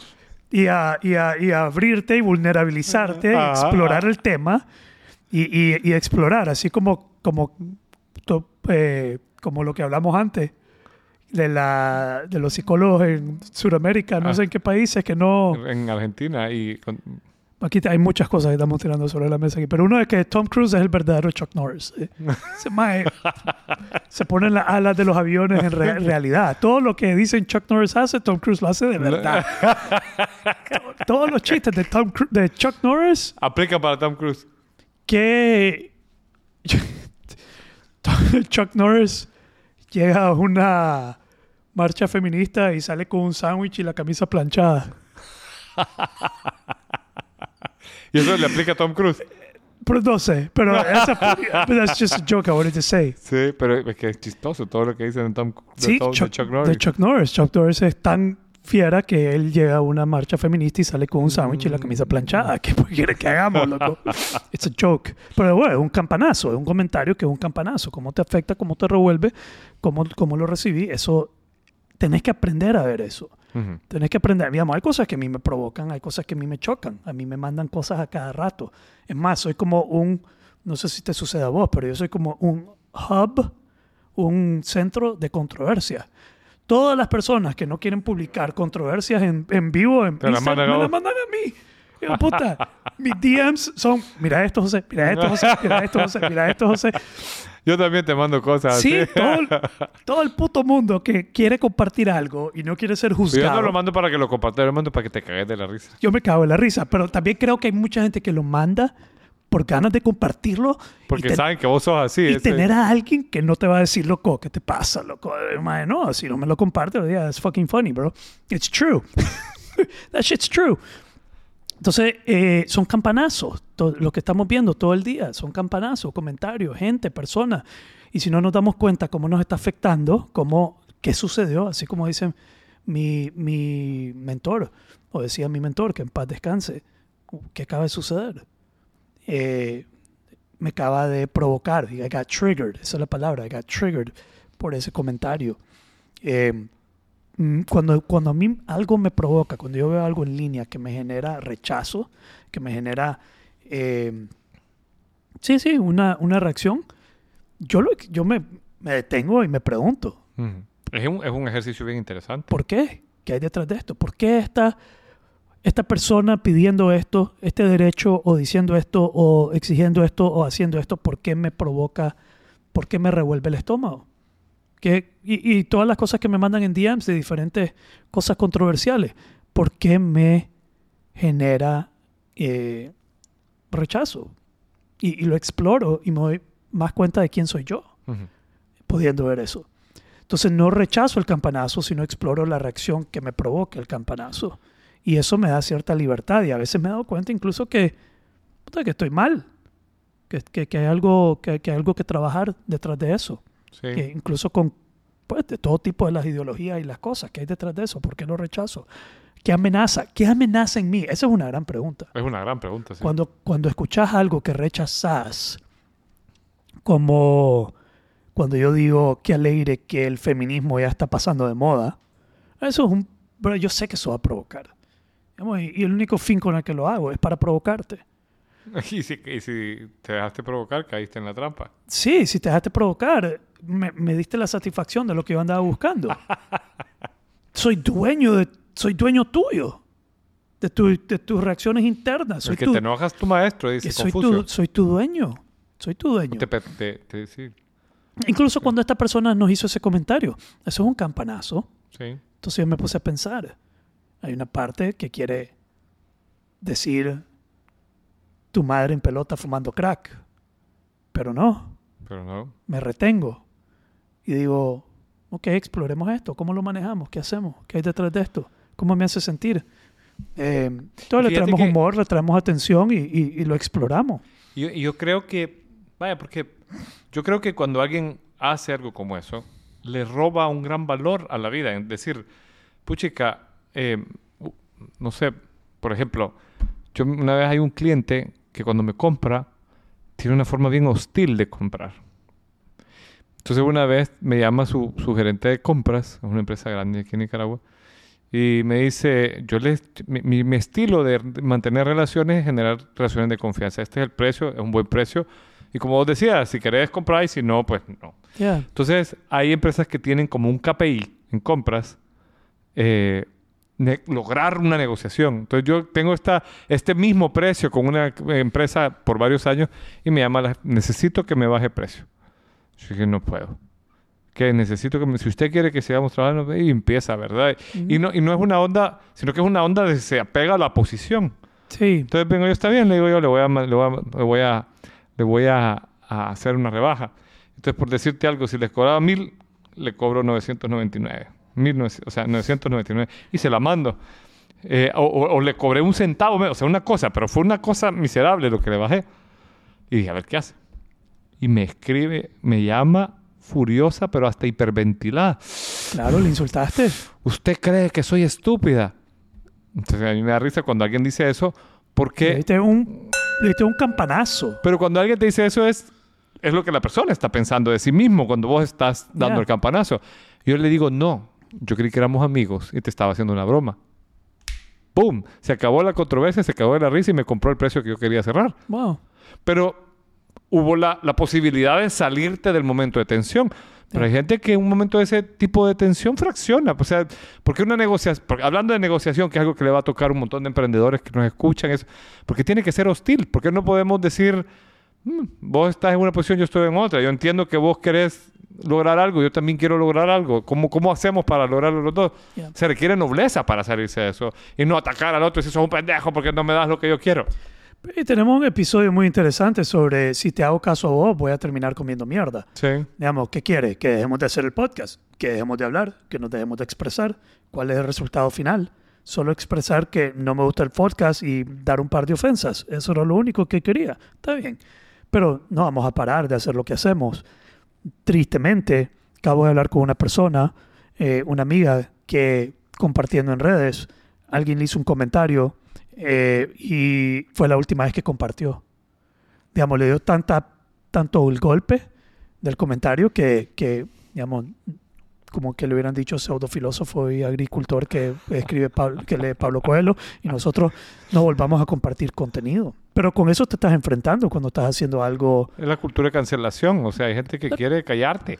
Speaker 1: y a, y a- y a abrirte y vulnerabilizarte, y
Speaker 2: Ajá,
Speaker 1: explorar
Speaker 2: ajá.
Speaker 1: el tema y, y- y explorar, así como, como, to- eh, como lo que hablamos antes de, la, de los psicólogos en Sudamérica, no
Speaker 2: Ah.
Speaker 1: sé en qué países, que no...
Speaker 2: En Argentina y... con-
Speaker 1: Aquí te- hay muchas cosas que estamos tirando sobre la mesa aquí, pero uno es que Tom Cruise es el verdadero Chuck Norris. eh. Ese mae se ponen las alas de los aviones en re- realidad. Todo lo que dicen Chuck Norris hace, Tom Cruise lo hace de verdad. To- Todos los chistes de, Tom Cru- de Chuck Norris
Speaker 2: Aplica para Tom Cruise.
Speaker 1: que (laughs) Chuck Norris llega a una marcha feminista y sale con un sándwich y la camisa planchada.
Speaker 2: Y eso le aplica a Tom Cruise.
Speaker 1: Pero no sé, pero esa, but that's just a joke I wanted to say.
Speaker 2: Sí, pero es que es chistoso todo lo que dicen de Tom de
Speaker 1: Sí,
Speaker 2: Tom- de
Speaker 1: Chuck,
Speaker 2: Chuck Norris.
Speaker 1: de Chuck Norris. Chuck Norris es tan fiera que él llega a una marcha feminista y sale con un sándwich y la
Speaker 2: Mm.
Speaker 1: camisa planchada. (laughs) ¿Qué quiere que hagamos,
Speaker 2: (laughs)
Speaker 1: loco? It's a joke. Pero bueno, es un campanazo, es un comentario que es un campanazo. ¿Cómo te afecta? ¿Cómo te revuelve? ¿Cómo, cómo lo recibí? Eso, tenés que aprender a ver eso.
Speaker 2: Ujú.
Speaker 1: Tenés que aprender. Digamos, hay cosas que a mí me provocan, hay cosas que a mí me chocan, a mí me mandan cosas a cada rato. Es más, soy como un, no sé si te sucede a vos, pero yo soy como un hub, un centro de controversia. Todas las personas que no quieren publicar controversias en, en vivo, en
Speaker 2: Te las
Speaker 1: Instagram,
Speaker 2: mandan a
Speaker 1: me las
Speaker 2: vos.
Speaker 1: mandan a mí. Yo, puta,
Speaker 2: (laughs)
Speaker 1: mis DMs son, mira esto, José, mira esto, José, mira esto, José, mira esto, José.
Speaker 2: Yo también te mando cosas
Speaker 1: Sí,
Speaker 2: así.
Speaker 1: todo el, todo el puto mundo que quiere compartir algo y no quiere ser
Speaker 2: Pero
Speaker 1: juzgado.
Speaker 2: (laughs) yo no lo mando para que lo compartas, lo mando para que te cagues de la risa.
Speaker 1: Yo me cago en la risa, pero también creo que hay mucha gente que lo manda por ganas de compartirlo
Speaker 2: Porque
Speaker 1: y, ten-
Speaker 2: saben que vos sos así.
Speaker 1: y
Speaker 2: ese-
Speaker 1: tener a alguien que no te va a decir, loco, ¿qué te pasa, loco? Eh, mae, no, si no me lo compartes, yeah, it's fucking funny, bro. It's true. (laughs) That shit's true. Entonces, eh, son campanazos, to- lo que estamos viendo todo el día, son campanazos, comentarios, gente, personas. Y si no nos damos cuenta cómo nos está afectando, cómo, qué sucedió, así como dicen, mi, mi mentor, o decía mi mentor, que en paz descanse, que acaba de suceder. Eh, me acaba de provocar, y I got triggered, esa es la palabra, I got triggered por ese comentario. Eh, mm, cuando, cuando a mí algo me provoca, cuando yo veo algo en línea que me genera rechazo, que me genera, eh, sí, sí, una, una reacción, yo, lo, yo me, me detengo y me pregunto,
Speaker 2: Ujú. Es un, es un ejercicio bien interesante.
Speaker 1: ¿por qué? ¿Qué hay detrás de esto? ¿Por qué esta, esta persona pidiendo esto, este derecho, o diciendo esto, o exigiendo esto, o haciendo esto, por qué me provoca, por qué me revuelve el estómago? ¿Qué- y, y todas las cosas que me mandan en DMs de diferentes cosas controversiales, ¿por qué me genera eh, rechazo? Y, y lo exploro y me doy más cuenta de quién soy yo
Speaker 2: Ujú.
Speaker 1: pudiendo ver eso. Entonces no rechazo el campanazo, sino exploro la reacción que me provoca el campanazo. Y eso me da cierta libertad. Y a veces me he dado cuenta incluso que, puta, que estoy mal, que, que- que hay algo, que, que hay algo que trabajar detrás de eso.
Speaker 2: Sí.
Speaker 1: Que incluso con pues, de todo tipo de las ideologías y las cosas que hay detrás de eso. ¿Por qué lo rechazo? ¿Qué amenaza? ¿Qué amenaza en mí? Esa es una gran pregunta.
Speaker 2: Es una gran pregunta. sí.
Speaker 1: Cuando, cuando escuchas algo que rechazas, como cuando yo digo que alegre que el feminismo ya está pasando de moda, eso es un. Pero yo sé que eso va a provocar. Digamos, y, y el único fin con el que lo hago es para provocarte.
Speaker 2: (laughs) Y, si, y si te dejaste provocar, caíste en la trampa.
Speaker 1: Sí, si te dejaste provocar, me, me diste la satisfacción de lo que yo andaba
Speaker 2: (laughs)
Speaker 1: buscando. soy dueño de. Soy dueño tuyo. De, tu- de tus reacciones internas. Soy
Speaker 2: el que este
Speaker 1: tu-
Speaker 2: te enojas tu maestro, dice
Speaker 1: soy,
Speaker 2: Confucio.
Speaker 1: tu, soy tu dueño. Soy tu dueño.
Speaker 2: Te pe- te- te- sí,
Speaker 1: Incluso cuando esta persona nos hizo ese comentario, eso es un campanazo.
Speaker 2: sí.
Speaker 1: Entonces yo me puse a pensar, hay una parte que quiere decir tu madre en pelota fumando crack, pero no,
Speaker 2: Pero no.
Speaker 1: me retengo y digo, ok, exploremos esto, ¿cómo lo manejamos? ¿Qué hacemos? ¿Qué hay detrás de esto? ¿Cómo me hace sentir? Eh, entonces le
Speaker 2: Fíjate
Speaker 1: traemos
Speaker 2: que-
Speaker 1: humor, le traemos atención y, y- y lo exploramos.
Speaker 2: Y yo, y yo creo que, vaya, porque yo creo que cuando alguien hace algo como eso, le roba un gran valor a la vida. Es decir, puchica, eh, u- no sé, por ejemplo, yo una vez hay un cliente que cuando me compra, tiene una forma bien hostil de comprar. Entonces una vez me llama su, su gerente de compras, es una empresa grande aquí en Nicaragua, y me dice, yo les, mi, mi- mi estilo de mantener relaciones es generar relaciones de confianza. Este es el precio, es un buen precio. Y como vos decías, si querés comprar y si no, pues no.
Speaker 1: Ya,
Speaker 2: Entonces, hay empresas que tienen como un KPI en compras, eh, ne- lograr una negociación. Entonces, yo tengo esta, este mismo precio con una empresa por varios años y me llama, la- necesito que me baje el precio. Yo dije, no puedo. Que necesito que me- si usted quiere que sigamos trabajando, ve y empieza, ¿verdad? Y, no, y no es una onda, sino que es una onda de se apega a la posición.
Speaker 1: sí,
Speaker 2: Entonces vengo yo, está bien, le digo yo, le voy a, ma- le voy a, le voy a, le voy a- a hacer una rebaja. Entonces, por decirte algo, si les cobraba mil, le cobro 999. Mil nove- o sea, 999. Y se la mando. Eh, o, o- o le cobré un centavo, me- o sea, una cosa, pero fue una cosa miserable lo que le bajé. Y dije, a ver qué hace. Y me escribe, me llama furiosa, pero hasta hiperventilada.
Speaker 1: claro, le insultaste.
Speaker 2: ¿Usted cree que soy estúpida? Entonces, a mí me da risa cuando alguien dice eso,
Speaker 1: Le
Speaker 2: porque
Speaker 1: diste un, le diste un campanazo.
Speaker 2: Pero cuando alguien te dice eso es, es lo que la persona está pensando de sí mismo cuando vos estás dando
Speaker 1: Ya.
Speaker 2: el campanazo. Yo le digo, no, yo creí que éramos amigos y te estaba haciendo una broma. ¡Pum! Se acabó la controversia, se acabó la risa y me compró el precio que yo quería cerrar.
Speaker 1: Wow.
Speaker 2: Pero hubo la, la posibilidad de salirte del momento de tensión. Pero hay gente que en un momento de ese tipo de tensión fracciona. O sea, porque una negociación, hablando de negociación, que es algo que le va a tocar a un montón de emprendedores que nos escuchan, es porque tiene que ser hostil. Porque no podemos decir, "Mm, vos estás en una posición, yo estoy en otra. Yo entiendo que vos querés lograr algo, yo también quiero lograr algo. ¿Cómo, cómo hacemos para lograrlo los dos?
Speaker 1: Ya.
Speaker 2: Se requiere nobleza para salirse de eso y no atacar al otro y decir, sos un pendejo porque no me das lo que yo quiero.
Speaker 1: Y tenemos un episodio muy interesante sobre si te hago caso a vos, voy a terminar comiendo mierda.
Speaker 2: Sí.
Speaker 1: Digamos, ¿qué quiere? Que dejemos de hacer el podcast, que dejemos de hablar, que nos dejemos de expresar. ¿Cuál es el resultado final? Solo expresar que no me gusta el podcast y dar un par de ofensas. Eso era lo único que quería. Está bien. Pero no vamos a parar de hacer lo que hacemos. Tristemente, acabo de hablar con una persona, eh, una amiga, que compartiendo en redes. Alguien le hizo un comentario eh, y fue la última vez que compartió. Digamos, le dio tanta, tanto el golpe del comentario que, que, digamos, como que le hubieran dicho pseudofilósofo y agricultor que escribe Pablo- que lee Pablo Coelho y nosotros no volvamos a compartir contenido. Pero con eso te estás enfrentando cuando estás haciendo algo
Speaker 2: Es la cultura de cancelación. O sea, hay gente que quiere callarte.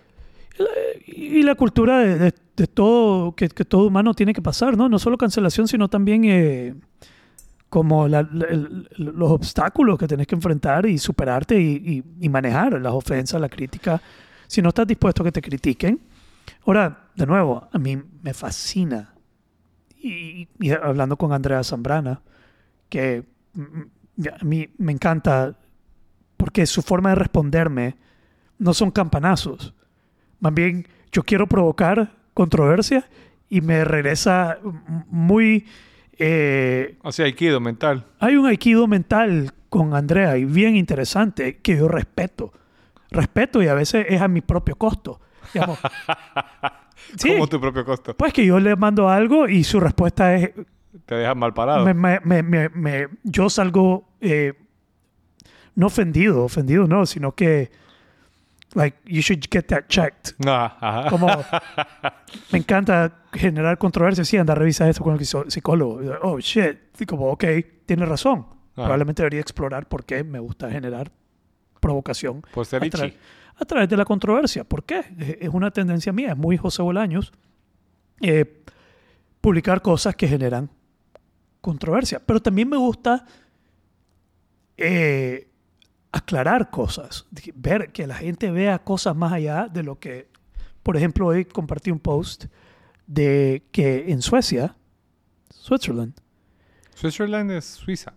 Speaker 1: y la cultura de, de- de todo que, que todo humano tiene que pasar, ¿no? No solo cancelación, sino también eh, como la- la- el- los obstáculos que tenés que enfrentar y superarte y, y- y manejar las ofensas, la crítica. Si no estás dispuesto a que te critiquen. Ahora, de nuevo, a mí me fascina. Y, y hablando con Andrea Zambrana, que mm, a mí me encanta porque su forma de responderme no son campanazos. Más bien, yo quiero provocar controversia y me regresa m- muy... eh,
Speaker 2: O sea, aikido mental.
Speaker 1: hay un aikido mental con Andrea y bien interesante que yo respeto. Respeto y a veces es a mi propio costo. digamos. sí,
Speaker 2: Como tu propio costo.
Speaker 1: pues que yo le mando algo y su respuesta es,
Speaker 2: Te dejas mal parado.
Speaker 1: me- me- me- me- me- yo salgo eh, no ofendido, ofendido no, sino que, like, you should get that checked.
Speaker 2: No, ajá.
Speaker 1: Como, me encanta generar controversia. Sí, anda, revisa esto con el psico- psicólogo. Y, Oh, shit. Y como, ok, tiene razón.
Speaker 2: Ah.
Speaker 1: Probablemente debería explorar por qué me gusta generar provocación
Speaker 2: Por ser
Speaker 1: a, tra-
Speaker 2: Ichi.
Speaker 1: a través de la controversia. ¿Por qué? Es- Es una tendencia mía, es muy José Bolaños, eh, publicar cosas que generan controversia. Pero también me gusta eh, aclarar cosas, di- ver que la gente vea cosas más allá de lo que, por ejemplo, hoy compartí un post de que en Suecia, Switzerland,
Speaker 2: (laughs) Switzerland es Suiza.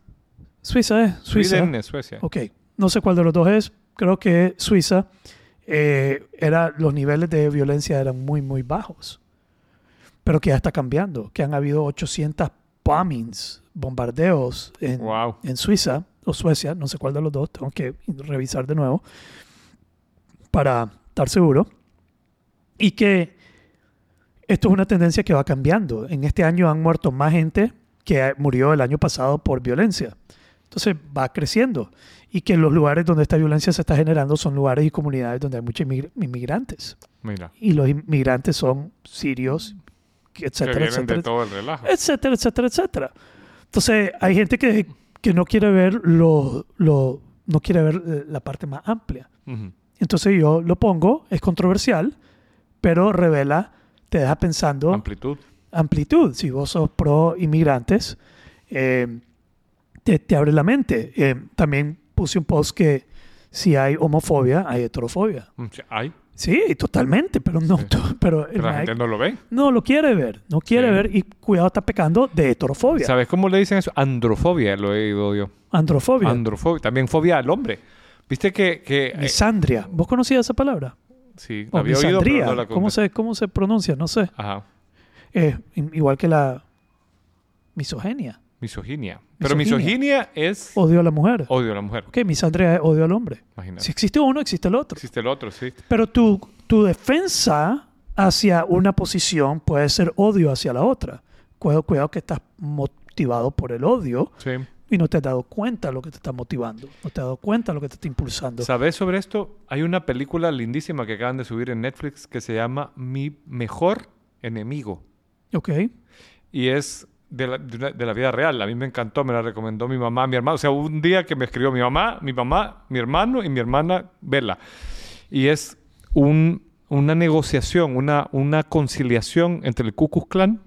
Speaker 1: Suiza es Suiza.
Speaker 2: Sweden es Suecia.
Speaker 1: Ok, no sé cuál de los dos es. Creo que Suiza eh, era, los niveles de violencia eran muy, muy bajos. Pero que ya está cambiando. Que han habido 800 bombings, bombardeos en,
Speaker 2: Wow.
Speaker 1: en Suiza o Suecia, no sé cuál de los dos, tengo que revisar de nuevo para estar seguro. Y que esto es una tendencia que va cambiando. En este año han muerto más gente que murió el año pasado por violencia. Entonces va creciendo. Y que los lugares donde esta violencia se está generando son lugares y comunidades donde hay muchos inmigr- inmigrantes.
Speaker 2: Mira.
Speaker 1: Y los inmigrantes son sirios,
Speaker 2: que
Speaker 1: etcétera,
Speaker 2: vienen
Speaker 1: etcétera,
Speaker 2: de todo el relajo.
Speaker 1: etcétera, etcétera, etcétera. Entonces, hay gente que, que no quiere ver lo, lo- no quiere ver eh, la parte más amplia.
Speaker 2: Ujú.
Speaker 1: Entonces yo lo pongo, es controversial, pero revela, te deja pensando
Speaker 2: Amplitud.
Speaker 1: amplitud. Si vos sos pro inmigrantes, eh, te, te abre la mente. Eh, también puse un post que si hay homofobia, hay heterofobia.
Speaker 2: Mm, sí, Ay,
Speaker 1: Sí, totalmente, pero no,
Speaker 2: Sí.
Speaker 1: pero, el
Speaker 2: pero la
Speaker 1: Mike
Speaker 2: gente no lo ve.
Speaker 1: no lo quiere ver, no quiere
Speaker 2: Sí.
Speaker 1: ver y cuidado está pecando de heterofobia.
Speaker 2: ¿Sabes cómo le dicen eso? Androfobia, lo he oído yo.
Speaker 1: Androfobia.
Speaker 2: Androfobia. También fobia al hombre. Viste que. que eh,
Speaker 1: misandria. ¿Vos conocías esa palabra?
Speaker 2: sí, la
Speaker 1: O
Speaker 2: había oído, pero
Speaker 1: misandría.
Speaker 2: no la
Speaker 1: ¿Cómo, se, ¿Cómo se pronuncia? No sé.
Speaker 2: Ajá.
Speaker 1: Eh, i- igual que la misogenia.
Speaker 2: Misoginia. Pero
Speaker 1: Misoginia.
Speaker 2: misoginia es
Speaker 1: Odio a la mujer.
Speaker 2: odio a la mujer.
Speaker 1: Ok, misandria es odio al hombre.
Speaker 2: Imagínate.
Speaker 1: Si existe uno, existe el otro.
Speaker 2: Existe el otro, sí.
Speaker 1: Pero tu, tu defensa hacia una posición puede ser odio hacia la otra. Cuidado, cuidado que estás motivado por el odio
Speaker 2: Sí.
Speaker 1: y no te has dado cuenta lo que te está motivando. No te has dado cuenta lo que te está impulsando.
Speaker 2: ¿Sabes sobre esto? Hay una película lindísima que acaban de subir en Netflix que se llama Mi mejor enemigo.
Speaker 1: Ok.
Speaker 2: y es de la, de una- de la vida real. A mí me encantó, me la recomendó mi mamá, mi hermano. O sea, hubo un día que me escribió mi mamá, mi mamá, mi hermano y mi hermana Vela. Y es un- una negociación, una, una conciliación entre el Ku Klux Klan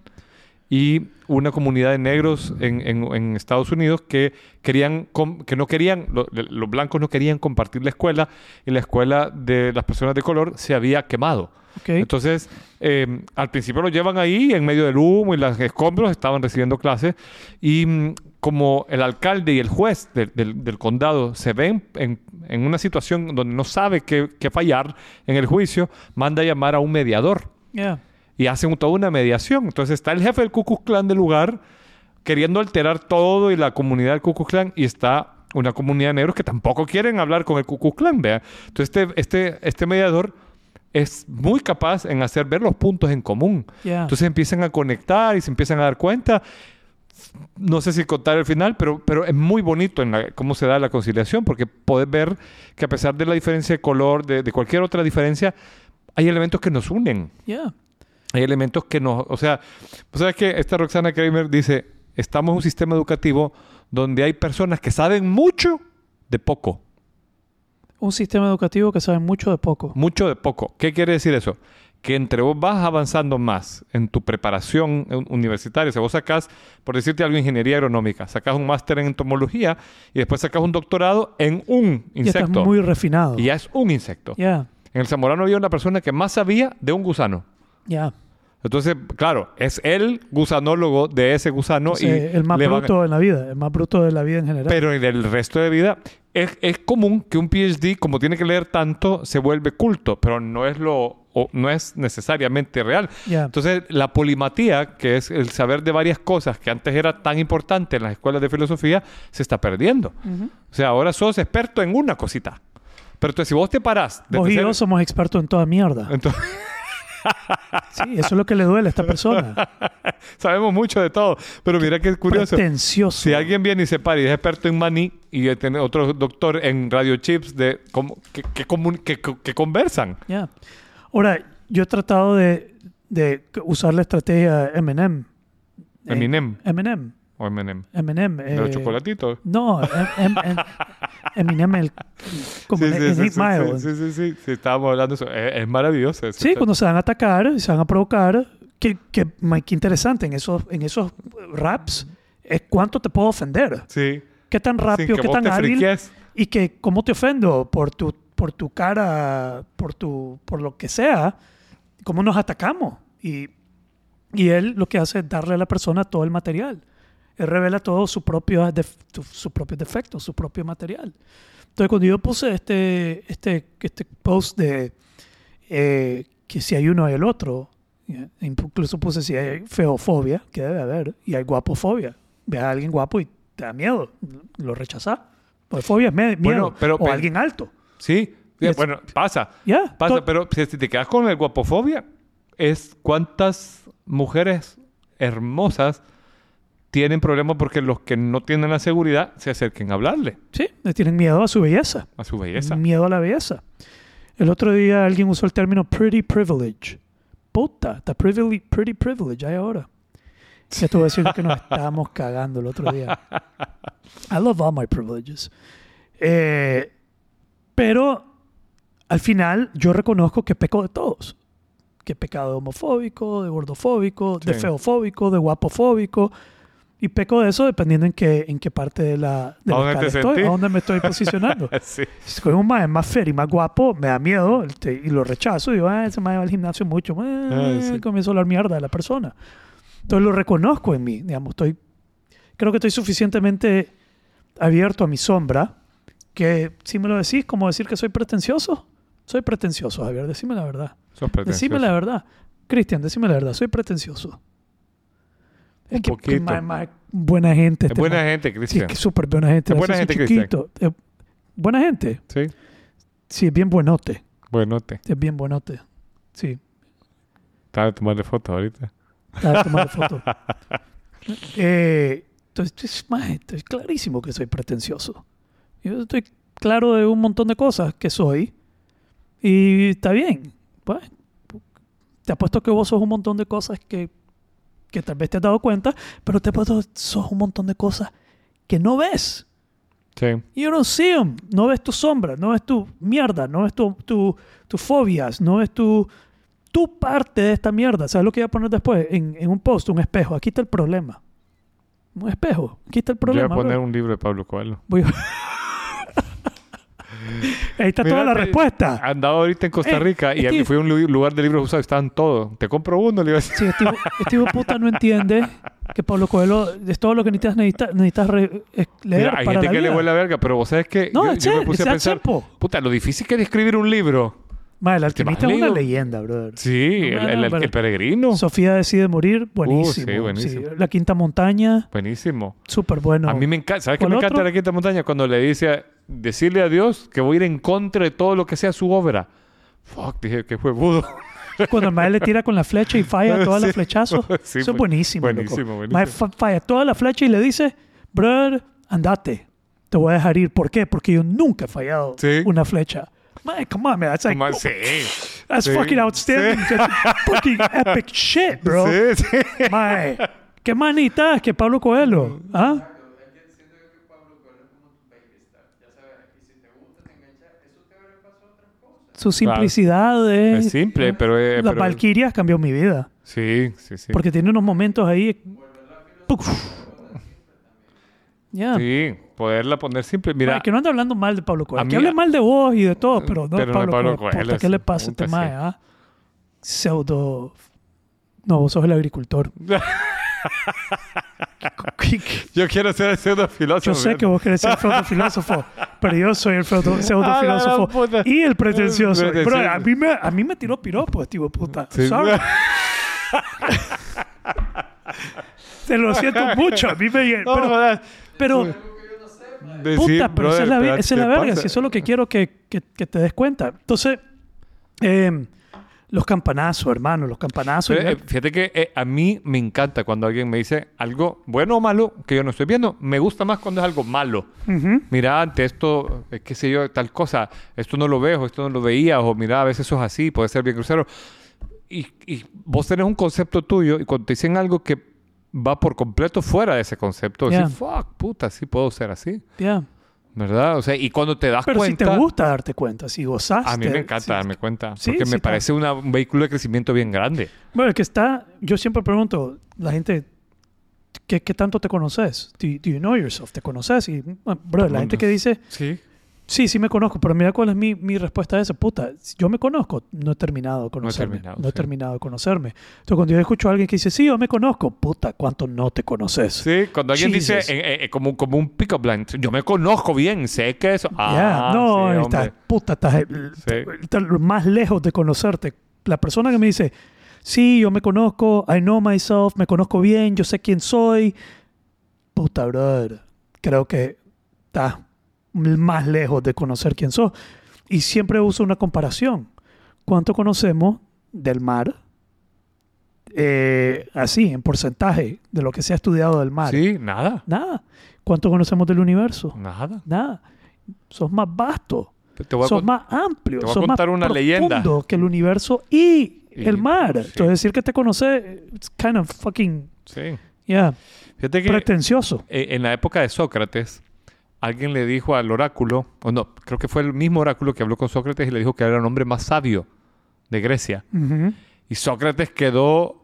Speaker 2: y una comunidad de negros en, en- en Estados Unidos que querían com- que no querían lo- de- los blancos no querían compartir la escuela y la escuela de las personas de color se había quemado
Speaker 1: Ok.
Speaker 2: entonces, eh, al principio lo llevan ahí, en medio del humo y los escombros, estaban recibiendo clases. Y mm, como el alcalde y el juez del- del, del condado se ven en, en una situación donde no sabe qué, qué fallar en el juicio, manda a llamar a un mediador
Speaker 1: Yeah.
Speaker 2: y hacen toda una mediación. Entonces está el jefe del Ku Klux Klan del lugar queriendo alterar todo y la comunidad del Ku Klux Klan y está una comunidad de negros que tampoco quieren hablar con el Ku Klux Klan, vea. Entonces este, este, este mediador es muy capaz en hacer ver los puntos en común.
Speaker 1: Yeah.
Speaker 2: Entonces empiezan a conectar y se empiezan a dar cuenta. No sé si contar el final, pero, pero es muy bonito en la- cómo se da la conciliación, porque puedes ver que a pesar de la diferencia de color, de, de cualquier otra diferencia, hay elementos que nos unen.
Speaker 1: yeah.
Speaker 2: Hay elementos que nos... O sea, pues sabes que esta Roxana Kramer dice, estamos en un sistema educativo donde hay personas que saben mucho de poco.
Speaker 1: Un sistema educativo que sabe mucho de poco.
Speaker 2: Mucho de poco. ¿Qué quiere decir eso? Que entre vos vas avanzando más en tu preparación eh, universitaria. O sea, vos sacás, por decirte algo, ingeniería agronómica, sacás un máster en entomología y después sacás un doctorado en un
Speaker 1: Y estás
Speaker 2: insecto.
Speaker 1: muy refinado.
Speaker 2: Y ya es un insecto.
Speaker 1: Yeah.
Speaker 2: En el Zamorano había una persona que más sabía de un gusano.
Speaker 1: Yeah.
Speaker 2: Entonces, claro, es el gusanólogo de ese gusano.
Speaker 1: O sea,
Speaker 2: y
Speaker 1: el más
Speaker 2: le van-
Speaker 1: bruto en la vida, el más bruto de la vida en general.
Speaker 2: Pero en el resto de vida es, es común que un PhD, como tiene que leer tanto, se vuelve culto, pero no es lo o no es necesariamente real.
Speaker 1: Ya.
Speaker 2: Entonces, la polimatía, que es el saber de varias cosas que antes era tan importante en las escuelas de filosofía, se está perdiendo.
Speaker 1: Ujú.
Speaker 2: O sea, ahora sos experto en una cosita. Pero entonces, si vos te parás... de
Speaker 1: Vos y
Speaker 2: tercer-
Speaker 1: yo somos expertos en toda mierda.
Speaker 2: entonces, (laughs)
Speaker 1: Sí, eso es lo que le duele a esta persona.
Speaker 2: sabemos mucho de todo. Pero mira qué (laughs) curioso.
Speaker 1: Pretencioso.
Speaker 2: Si alguien viene y se para y es experto en maní y tiene otro doctor en radiochips de cómo- que, que comun- que- que- que conversan.
Speaker 1: Ya. Ahora, yo he tratado de, de usar la estrategia M&M. Eh,
Speaker 2: Eminem
Speaker 1: M&M.
Speaker 2: o Eminem.
Speaker 1: M&M.
Speaker 2: De los
Speaker 1: eh,
Speaker 2: chocolatitos.
Speaker 1: No, em- em- em- Eminem el, como en, en Eight
Speaker 2: sí,
Speaker 1: Mile.
Speaker 2: sí, sí, sí, sí, estábamos hablando de eso. Es, es maravilloso. eso.
Speaker 1: Sí, cuando se van a atacar y se van a provocar, que, que, man, qué interesante en esos, en esos raps es cuánto te puedo ofender.
Speaker 2: Sí.
Speaker 1: Qué tan rápido,
Speaker 2: Sin que
Speaker 1: qué
Speaker 2: vos
Speaker 1: tan
Speaker 2: te
Speaker 1: hábil
Speaker 2: friquees.
Speaker 1: y que cómo te ofendo por tu por tu cara, por tu por lo que sea, cómo nos atacamos y y él lo que hace es darle a la persona todo el material. Él revela todo su propio def- tu- su propio defecto, su propio material. Entonces cuando yo puse este este este post de eh, que si hay uno hay el otro, ¿ya? incluso puse si hay feofobia, que debe haber, y hay guapofobia. Ve a alguien guapo y te da miedo, lo rechazás. Pues fobia es me- miedo.
Speaker 2: Bueno, pero
Speaker 1: o
Speaker 2: pe-
Speaker 1: alguien alto.
Speaker 2: Sí.
Speaker 1: Y es-
Speaker 2: Bueno, pasa.
Speaker 1: Ya.
Speaker 2: Pasa,
Speaker 1: to-
Speaker 2: pero si si te quedas con el guapofobia, es cuántas mujeres hermosas tienen problemas porque los que no tienen la seguridad se acerquen a hablarle
Speaker 1: Sí, le tienen miedo a su belleza.
Speaker 2: a su belleza.
Speaker 1: Miedo a la belleza. El otro día alguien usó el término pretty privilege. Puta, está privile- pretty privilege hay ahora. Ya te voy a decir que nos estábamos cagando el otro día. I love all my privileges. Eh, pero al final yo reconozco que peco de todos. Que he pecado de homofóbico, de gordofóbico, de
Speaker 2: Sí.
Speaker 1: feofóbico, de guapofóbico. Y peco de eso dependiendo en qué, en qué parte de la, de
Speaker 2: ¿A
Speaker 1: la
Speaker 2: dónde
Speaker 1: escala
Speaker 2: te
Speaker 1: estoy,
Speaker 2: sentís?
Speaker 1: a dónde me estoy (laughs) posicionando.
Speaker 2: Sí.
Speaker 1: Si soy un mae más fer y más guapo, me da miedo el te- y lo rechazo. Digo, ah, ese mae va al gimnasio mucho. Ah,
Speaker 2: Ah, sí.
Speaker 1: Comienzo a hablar mierda de la persona. Entonces lo reconozco en mí. Digamos, estoy, creo que estoy suficientemente abierto a mi sombra que si me lo decís, como decir que soy pretencioso. Soy pretencioso, Javier. Decime la verdad.
Speaker 2: Sos
Speaker 1: Decime la verdad. Cristian, decime la verdad. Soy pretencioso. Es que, que
Speaker 2: poquito.
Speaker 1: mae más buena gente.
Speaker 2: Es
Speaker 1: este
Speaker 2: buena
Speaker 1: mae.
Speaker 2: gente,
Speaker 1: Sí, es
Speaker 2: Cristian.
Speaker 1: que súper buena gente.
Speaker 2: Es buena
Speaker 1: Así,
Speaker 2: gente,
Speaker 1: chiquito. Eh, buena gente.
Speaker 2: Sí.
Speaker 1: Sí, es bien buenote.
Speaker 2: Bueno, te
Speaker 1: Es bien buenote. Sí,
Speaker 2: estaba tomando fotos ahorita.
Speaker 1: estaba tomando foto. Eh, entonces, es más, estoy clarísimo que soy pretencioso. Yo estoy claro de un montón de cosas que soy. Y está bien. Pues, te apuesto que vos sos un montón de cosas que, que tal vez te has dado cuenta, pero te apuesto que sos un montón de cosas que no ves.
Speaker 2: Sí.
Speaker 1: You don't see 'em. No ves tu sombra, no ves tu mierda, no ves tu, tu, tus fobias, no ves tu, tu parte de esta mierda. ¿Sabes lo que voy a poner después? En, en un post, un espejo. Aquí está el problema. Un espejo. Aquí está el
Speaker 2: Yo
Speaker 1: problema.
Speaker 2: voy a poner
Speaker 1: bro.
Speaker 2: un libro de Pablo Coelho.
Speaker 1: Voy a- (laughs) Ahí está toda la
Speaker 2: Mírate,
Speaker 1: respuesta.
Speaker 2: Andaba ahorita en Costa
Speaker 1: Eh,
Speaker 2: Rica y
Speaker 1: Steve.
Speaker 2: fui a un lu- lugar de libros usados. Estaban todos. Te compro uno, le iba a decir.
Speaker 1: Sí, este hijo, este hijo de puta no entiende que Pablo Coelho es todo lo que necesitas, necesitas, necesitas re- es leer
Speaker 2: Mira, hay
Speaker 1: para
Speaker 2: gente
Speaker 1: la
Speaker 2: que le
Speaker 1: vida.
Speaker 2: huele la verga, pero vos sabes que
Speaker 1: No,
Speaker 2: yo,
Speaker 1: es
Speaker 2: yo me
Speaker 1: chévere,
Speaker 2: puse
Speaker 1: sea
Speaker 2: a pensar,
Speaker 1: tiempo.
Speaker 2: puta, lo difícil que es escribir un libro.
Speaker 1: Madre, el alquimista es una
Speaker 2: leído?
Speaker 1: leyenda, brother.
Speaker 2: Sí,
Speaker 1: No,
Speaker 2: el,
Speaker 1: no,
Speaker 2: el- el
Speaker 1: pero-
Speaker 2: peregrino.
Speaker 1: Sofía decide morir, buenísimo.
Speaker 2: Uh, sí, buenísimo.
Speaker 1: Sí, La quinta montaña,
Speaker 2: Buenísimo.
Speaker 1: súper bueno.
Speaker 2: A mí me encanta, ¿sabes qué
Speaker 1: ¿Cuál
Speaker 2: me encanta
Speaker 1: otro?
Speaker 2: de la quinta montaña? Cuando le dice, a- decirle a Dios que voy a ir en contra de todo lo que sea su obra. Fuck, dije, qué huevudo.
Speaker 1: (laughs) Cuando el mae le tira con la flecha y falla todas las
Speaker 2: (laughs) Sí.
Speaker 1: flechazos.
Speaker 2: Sí,
Speaker 1: Eso es
Speaker 2: bu-
Speaker 1: buenísimo.
Speaker 2: buenísimo,
Speaker 1: loco.
Speaker 2: buenísimo.
Speaker 1: Mae fa- falla toda la flecha y le dice, brother, andate. Te voy a dejar ir. ¿Por qué? Porque yo nunca he fallado
Speaker 2: Sí.
Speaker 1: una flecha. Mae, come on, man.
Speaker 2: (laughs)
Speaker 1: That's, like,
Speaker 2: Ma-
Speaker 1: oh,
Speaker 2: sí.
Speaker 1: that's
Speaker 2: Sí.
Speaker 1: fucking outstanding. That's fucking epic shit, bro.
Speaker 2: Sí,
Speaker 1: (laughs)
Speaker 2: sí.
Speaker 1: Mae, qué manita que Pablo Coelho. ¿Ah?
Speaker 3: Exacto, es que siento yo que Pablo Coelho es como tu baby star, ya sabes, y si te gusta, te engancha, eso te abre paso a otras cosas.
Speaker 1: Su simplicidad de...
Speaker 2: Es simple, pero... eh,
Speaker 1: Las
Speaker 2: pero-
Speaker 1: Valquirias cambió mi vida.
Speaker 2: Sí, sí, sí.
Speaker 1: Porque tiene unos momentos ahí... Puf. Ya.
Speaker 2: Sí, poderla poner simple. Mira,
Speaker 1: Ay, que no anda hablando mal de Pablo Coelho.
Speaker 2: a
Speaker 1: que
Speaker 2: mí-
Speaker 1: hable mal de vos y de todo, pero no de
Speaker 2: pero no
Speaker 1: Pablo,
Speaker 2: de Pablo
Speaker 1: Coelho.
Speaker 2: Coelho,
Speaker 1: Puta, ¿Qué
Speaker 2: sí,
Speaker 1: le pasa a este
Speaker 2: puta,
Speaker 1: mae,
Speaker 2: sí.
Speaker 1: ah? Pseudo... No, vos sos el
Speaker 2: (laughs)
Speaker 1: agricultor.
Speaker 2: yo quiero ser el pseudo filósofo.
Speaker 1: Yo sé que vos querés
Speaker 2: (laughs)
Speaker 1: ser filósofo, pero yo soy el pseudo-
Speaker 2: A la gran
Speaker 1: pseudofilósofo
Speaker 2: puta.
Speaker 1: y el pretencioso.
Speaker 2: Pretencioso.
Speaker 1: Bro, a mí me, a mí me tiró piropo, este tipo de puta.
Speaker 2: Sí. (laughs)
Speaker 1: Sorry. Te lo siento
Speaker 2: (laughs)
Speaker 1: mucho. A mí me...
Speaker 2: No,
Speaker 1: pero-
Speaker 2: joder.
Speaker 1: pero
Speaker 2: Decir,
Speaker 1: Puta, pero esa es la, vi-
Speaker 2: brother,
Speaker 1: esa es la
Speaker 2: ¿qué
Speaker 1: verga,
Speaker 2: pasa?
Speaker 1: si eso es lo que quiero que, que- que te des cuenta. Entonces, eh, los campanazos, hermano, los campanazos.
Speaker 2: Pero, eh, fíjate que eh, a mí me encanta cuando alguien me dice algo bueno o malo que yo no estoy viendo. Me gusta más cuando es algo malo.
Speaker 1: Ujú.
Speaker 2: Mira, ante esto, eh, qué sé yo, tal cosa, esto no lo veo, esto no lo veía, o mira, a veces eso es así, puede ser bien crucero. Y, y vos tenés un concepto tuyo y cuando te dicen algo que va por completo fuera de ese concepto,
Speaker 1: Ya.
Speaker 2: decís, fuck, puta, sí puedo ser así,
Speaker 1: ya.
Speaker 2: ¿verdad? O sea, y cuando te das
Speaker 1: Pero
Speaker 2: cuenta...
Speaker 1: si te gusta darte cuenta, si gozaste.
Speaker 2: A mí me encanta
Speaker 1: si-
Speaker 2: darme cuenta,
Speaker 1: Sí,
Speaker 2: porque
Speaker 1: sí,
Speaker 2: me
Speaker 1: está.
Speaker 2: parece una- un vehículo de crecimiento bien grande.
Speaker 1: Bueno, el que está, yo siempre pregunto, la gente, ¿qué, qué tanto te conoces? Do, do you know yourself? ¿Te conoces? Y, bueno, bro, la gente que dice,
Speaker 2: Sí.
Speaker 1: sí, sí me conozco, pero mira cuál es mi, mi respuesta a eso. Puta, si yo me conozco, no he terminado de conocerme. No he terminado,
Speaker 2: terminado, sí.
Speaker 1: de conocerme. Entonces, cuando yo escucho a alguien que dice, sí, yo me conozco, puta, ¿cuánto no te conoces?
Speaker 2: Sí, cuando alguien
Speaker 1: Jesus.
Speaker 2: dice eh, eh, eh, como, como un pick-up line, yo me conozco bien, sé que eso... Ah,
Speaker 1: Ya, no,
Speaker 2: sí,
Speaker 1: estás,
Speaker 2: hombre.
Speaker 1: puta, estás, eh,
Speaker 2: Sí.
Speaker 1: estás lo más lejos de conocerte. La persona que me dice, sí, yo me conozco, I know myself, me conozco bien, yo sé quién soy. Puta, brother, creo que estás más lejos de conocer quién sos. Y siempre uso una comparación. ¿Cuánto conocemos del mar? Eh, así, en porcentaje de lo que se ha estudiado del mar.
Speaker 2: Sí, nada,
Speaker 1: Nada. ¿Cuánto conocemos del universo?
Speaker 2: nada.
Speaker 1: Nada. Sos más vasto,
Speaker 2: Te- te voy a
Speaker 1: sos
Speaker 2: cont-
Speaker 1: más amplio,
Speaker 2: te voy a
Speaker 1: sos
Speaker 2: contar
Speaker 1: más
Speaker 2: una
Speaker 1: profundo
Speaker 2: leyenda.
Speaker 1: que el universo y,
Speaker 2: Y-
Speaker 1: el mar.
Speaker 2: sí.
Speaker 1: Entonces decir que te conoces it's kind of fucking
Speaker 2: Sí.
Speaker 1: yeah,
Speaker 2: Fíjate que
Speaker 1: pretencioso.
Speaker 2: eh, en la época de Sócrates, alguien le dijo al oráculo, o no, creo que fue el mismo oráculo que habló con Sócrates y le dijo que era el hombre más sabio de Grecia.
Speaker 1: Ujú.
Speaker 2: Y Sócrates quedó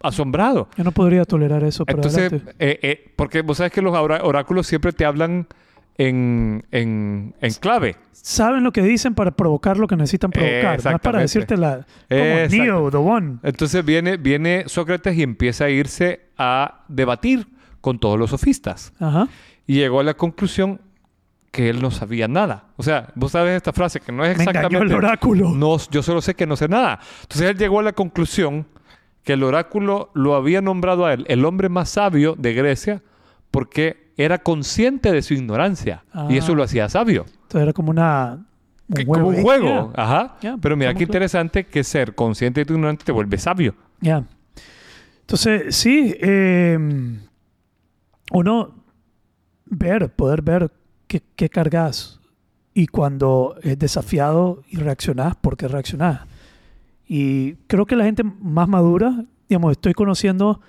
Speaker 2: asombrado.
Speaker 1: Yo no podría tolerar eso, pero
Speaker 2: Entonces,
Speaker 1: adelante.
Speaker 2: eh, eh, porque vos sabes que los orá- oráculos siempre te hablan en, en, en clave.
Speaker 1: saben lo que dicen para provocar lo que necesitan provocar, no es para
Speaker 2: Exactamente.
Speaker 1: decirte la como
Speaker 2: Exacto.
Speaker 1: Neo, the one.
Speaker 2: Entonces viene, viene Sócrates y empieza a irse a debatir con todos los sofistas.
Speaker 1: Ajá.
Speaker 2: Y llegó a la conclusión que él no sabía nada. O sea, vos sabes esta frase que no es
Speaker 1: Me
Speaker 2: exactamente...
Speaker 1: engañó el oráculo.
Speaker 2: No, yo solo sé que no sé nada. Entonces él llegó a la conclusión que el oráculo lo había nombrado a él el hombre más sabio de Grecia porque era consciente de su ignorancia. Y
Speaker 1: Ah.
Speaker 2: eso lo hacía sabio.
Speaker 1: Entonces era como una un
Speaker 2: Que- como un
Speaker 1: ahí.
Speaker 2: juego.
Speaker 1: Yeah.
Speaker 2: Ajá.
Speaker 1: Ya,
Speaker 2: Pero mira
Speaker 1: estamos
Speaker 2: qué
Speaker 1: claros.
Speaker 2: interesante que ser consciente de tu ignorancia te vuelve sabio.
Speaker 1: Ya. Entonces, sí, eh, uno ver, poder ver qué, qué cargas y cuando es desafiado y reaccionás, ¿por qué reaccionás? Y creo que la gente más madura, digamos, estoy conociendo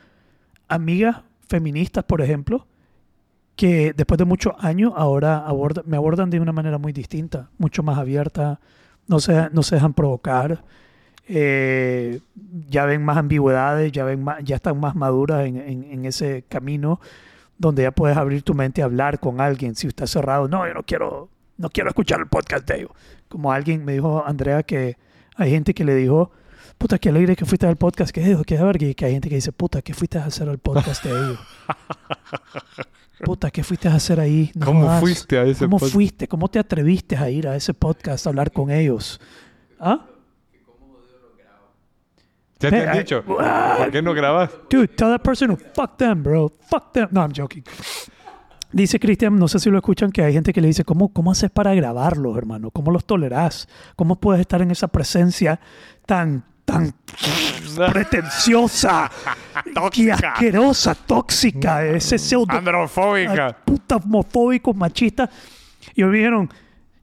Speaker 1: amigas feministas, por ejemplo, que después de muchos años ahora aborda- me abordan de una manera muy distinta, mucho más abierta, no se, no se dejan provocar, eh, ya ven más ambigüedades, ya, ven más, ya están más maduras en, en- en ese camino donde ya puedes abrir tu mente a hablar con alguien. Si está cerrado, no, yo no quiero, no quiero escuchar el podcast de ellos. Como alguien me dijo, Andrea, que hay gente que le dijo, puta, qué alegre que fuiste al podcast, que es que verga. Y que hay gente que dice, puta, ¿qué fuiste a hacer al podcast de
Speaker 2: (laughs)
Speaker 1: ellos? Puta, ¿qué fuiste a hacer ahí? No
Speaker 2: ¿Cómo
Speaker 1: jodas.
Speaker 2: fuiste a ese
Speaker 1: ¿Cómo
Speaker 2: podcast?
Speaker 1: fuiste? ¿Cómo te atreviste a ir a ese podcast a hablar con ellos? ¿Ah?
Speaker 2: Ya te
Speaker 1: Eh,
Speaker 2: han
Speaker 1: eh,
Speaker 2: dicho. ¿Por qué no grabas?
Speaker 1: (laughs) Dude, tell that person to fuck them, bro. Fuck them. No, I'm joking. Dice Cristian, no sé si lo escuchan, que hay gente que le dice, ¿cómo, cómo haces para grabarlos, hermano? ¿Cómo los tolerás? ¿Cómo puedes estar en esa presencia tan, tan pretenciosa y
Speaker 2: Tóxica. Mm.
Speaker 1: asquerosa, tóxica, ese pseudo
Speaker 2: Androfóbica.
Speaker 1: a puta homofóbico, machista. Y me dijeron,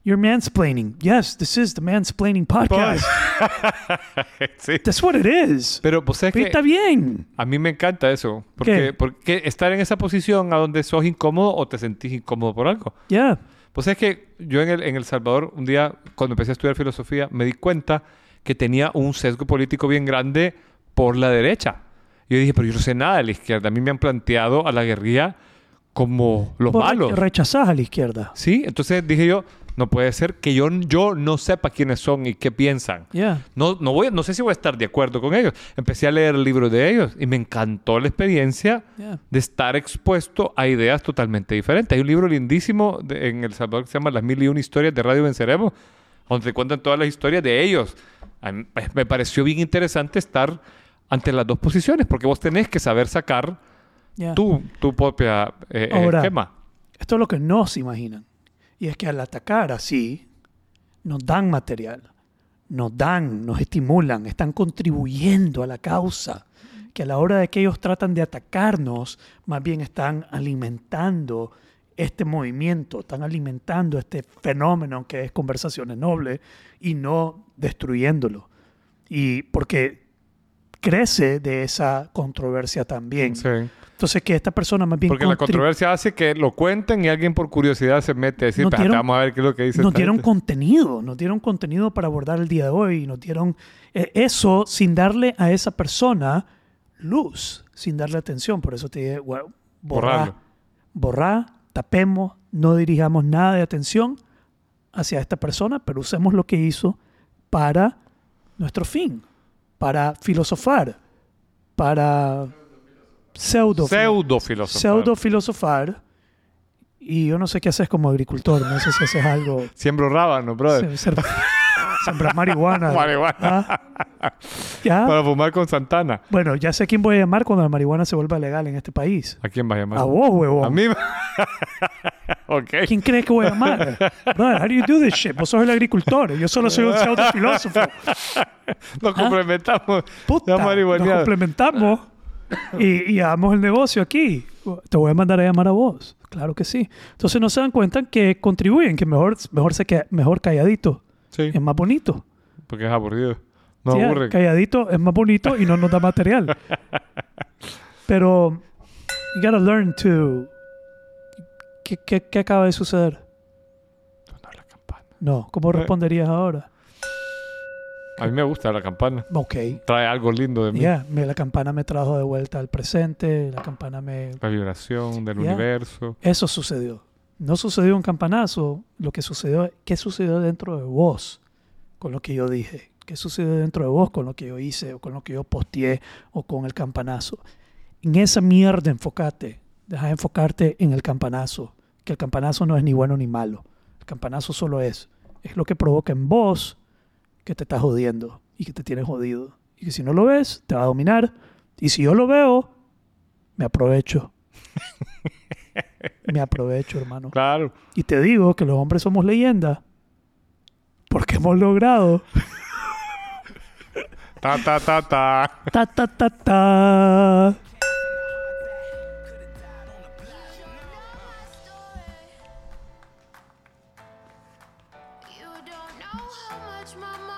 Speaker 1: you're mansplaining. Yes, this is the mansplaining
Speaker 2: Pues.
Speaker 1: podcast.
Speaker 2: sí.
Speaker 1: That's what it is.
Speaker 2: Pero, pues, es
Speaker 1: Pero
Speaker 2: que
Speaker 1: está bien.
Speaker 2: a mí me encanta eso. Porque,
Speaker 1: ¿Qué?
Speaker 2: porque estar en esa posición a donde sos incómodo o te sentís incómodo por algo.
Speaker 1: Yeah.
Speaker 2: Pues es que yo en el, en el Salvador, un día, cuando empecé a estudiar filosofía, me di cuenta que tenía un sesgo político bien grande por la derecha. Yo dije, pero yo no sé nada de la izquierda. A mí me han planteado a la guerrilla como los
Speaker 1: Vos re-
Speaker 2: malos.
Speaker 1: Rechazás a la izquierda.
Speaker 2: Sí, entonces dije yo, no puede ser que yo, yo no sepa quiénes son y qué piensan.
Speaker 1: Yeah.
Speaker 2: No, no, voy, no sé si voy a estar de acuerdo con ellos. Empecé a leer libros de ellos y me encantó la experiencia
Speaker 1: Yeah.
Speaker 2: de estar expuesto a ideas totalmente diferentes. Hay un libro lindísimo de- en El Salvador que se llama Las Mil y Una Historias de Radio Venceremos, donde te cuentan todas las historias de ellos. A mí, pues, me pareció bien interesante estar ante las dos posiciones, porque vos tenés que saber sacar
Speaker 1: Yeah.
Speaker 2: tu, tu propia eh, eh,
Speaker 1: Ahora,
Speaker 2: esquema.
Speaker 1: Esto es lo que no se imaginan. Y es que al atacar así, nos dan material, nos dan, nos estimulan, están contribuyendo a la causa. Que a la hora de que ellos tratan de atacarnos, más bien están alimentando este movimiento, están alimentando este fenómeno que es conversaciones nobles y no destruyéndolo. Y porque crece de esa controversia también.
Speaker 2: Sí.
Speaker 1: Entonces que esta persona más bien
Speaker 2: Porque la
Speaker 1: contribu-
Speaker 2: controversia hace que lo cuenten y alguien por curiosidad se mete a decir,
Speaker 1: Nos
Speaker 2: "Pues, acá
Speaker 1: dieron-
Speaker 2: vamos a ver qué es lo que dice.
Speaker 1: nos
Speaker 2: esta
Speaker 1: dieron
Speaker 2: gente".
Speaker 1: contenido, nos dieron contenido para abordar el día de hoy, nos dieron eh, eso sin darle a esa persona luz, sin darle atención. Por eso te dije, bueno,
Speaker 2: Borrarlo.
Speaker 1: borrá, borrá, tapemos, no dirijamos nada de atención hacia esta persona, pero usemos lo que hizo para nuestro fin, para filosofar, para pseudo
Speaker 2: Pseudo filósofo.
Speaker 1: pseudo filosofar. Y yo no sé qué haces como agricultor, no sé si haces algo
Speaker 2: Siembro rábano, brother.
Speaker 1: se- ser- sembrar marihuana.
Speaker 2: (laughs) Marihuana.
Speaker 1: Ah, ¿Ya?
Speaker 2: Para fumar con Santana.
Speaker 1: Bueno, ya sé a quién voy a llamar cuando la marihuana se vuelva legal en este país.
Speaker 2: ¿A quién vas a llamar?
Speaker 1: A vos, huevón.
Speaker 2: A mí. (laughs) ok.
Speaker 1: ¿Quién crees que voy a
Speaker 2: (laughs)
Speaker 1: llamar? Brother, how do you do this shit? Vos sos el agricultor. Yo solo soy un pseudo filósofo.
Speaker 2: Nos complementamos.
Speaker 1: Ah. Puta,
Speaker 2: Ya
Speaker 1: nos
Speaker 2: marihuaneados.
Speaker 1: complementamos y, y hagamos el negocio aquí. Te voy a mandar a llamar a vos. Claro que sí. Entonces no se dan cuenta que contribuyen, que mejor, mejor, se queda, mejor calladito.
Speaker 2: Sí,
Speaker 1: Es más bonito.
Speaker 2: porque es aburrido. No
Speaker 1: Sí,
Speaker 2: aburre.
Speaker 1: Calladito es más bonito y no nos da material. Pero you gotta learn to. ¿Qué, qué, qué acaba de suceder?
Speaker 2: Sonó la campana.
Speaker 1: No, ¿cómo
Speaker 2: Eh.
Speaker 1: responderías ahora?
Speaker 2: A mí me gusta la campana.
Speaker 1: Ok,
Speaker 2: Trae algo lindo de
Speaker 1: ya,
Speaker 2: mí.
Speaker 1: me- la campana me trajo de vuelta al presente, la campana me...
Speaker 2: La vibración del
Speaker 1: Ya.
Speaker 2: universo.
Speaker 1: Eso sucedió. No sucedió un campanazo, lo que sucedió, ¿qué sucedió dentro de vos con lo que yo dije? ¿Qué sucedió dentro de vos con lo que yo hice o con lo que yo posteé o con el campanazo? En esa mierda enfocate. Deja de enfocarte en el campanazo. Que el campanazo no es ni bueno ni malo. El campanazo solo es. Es lo que provoca en vos que te está jodiendo y que te tiene jodido. Y que si no lo ves, te va a dominar. Y si yo lo veo, me aprovecho. me aprovecho, hermano.
Speaker 2: Claro.
Speaker 1: Y te digo que los hombres somos leyenda. Porque hemos logrado.
Speaker 2: Ta, ta, ta, ta.
Speaker 1: Ta, ta, ta, ta.
Speaker 4: You don't know how much my mama Oh, Ah, oh,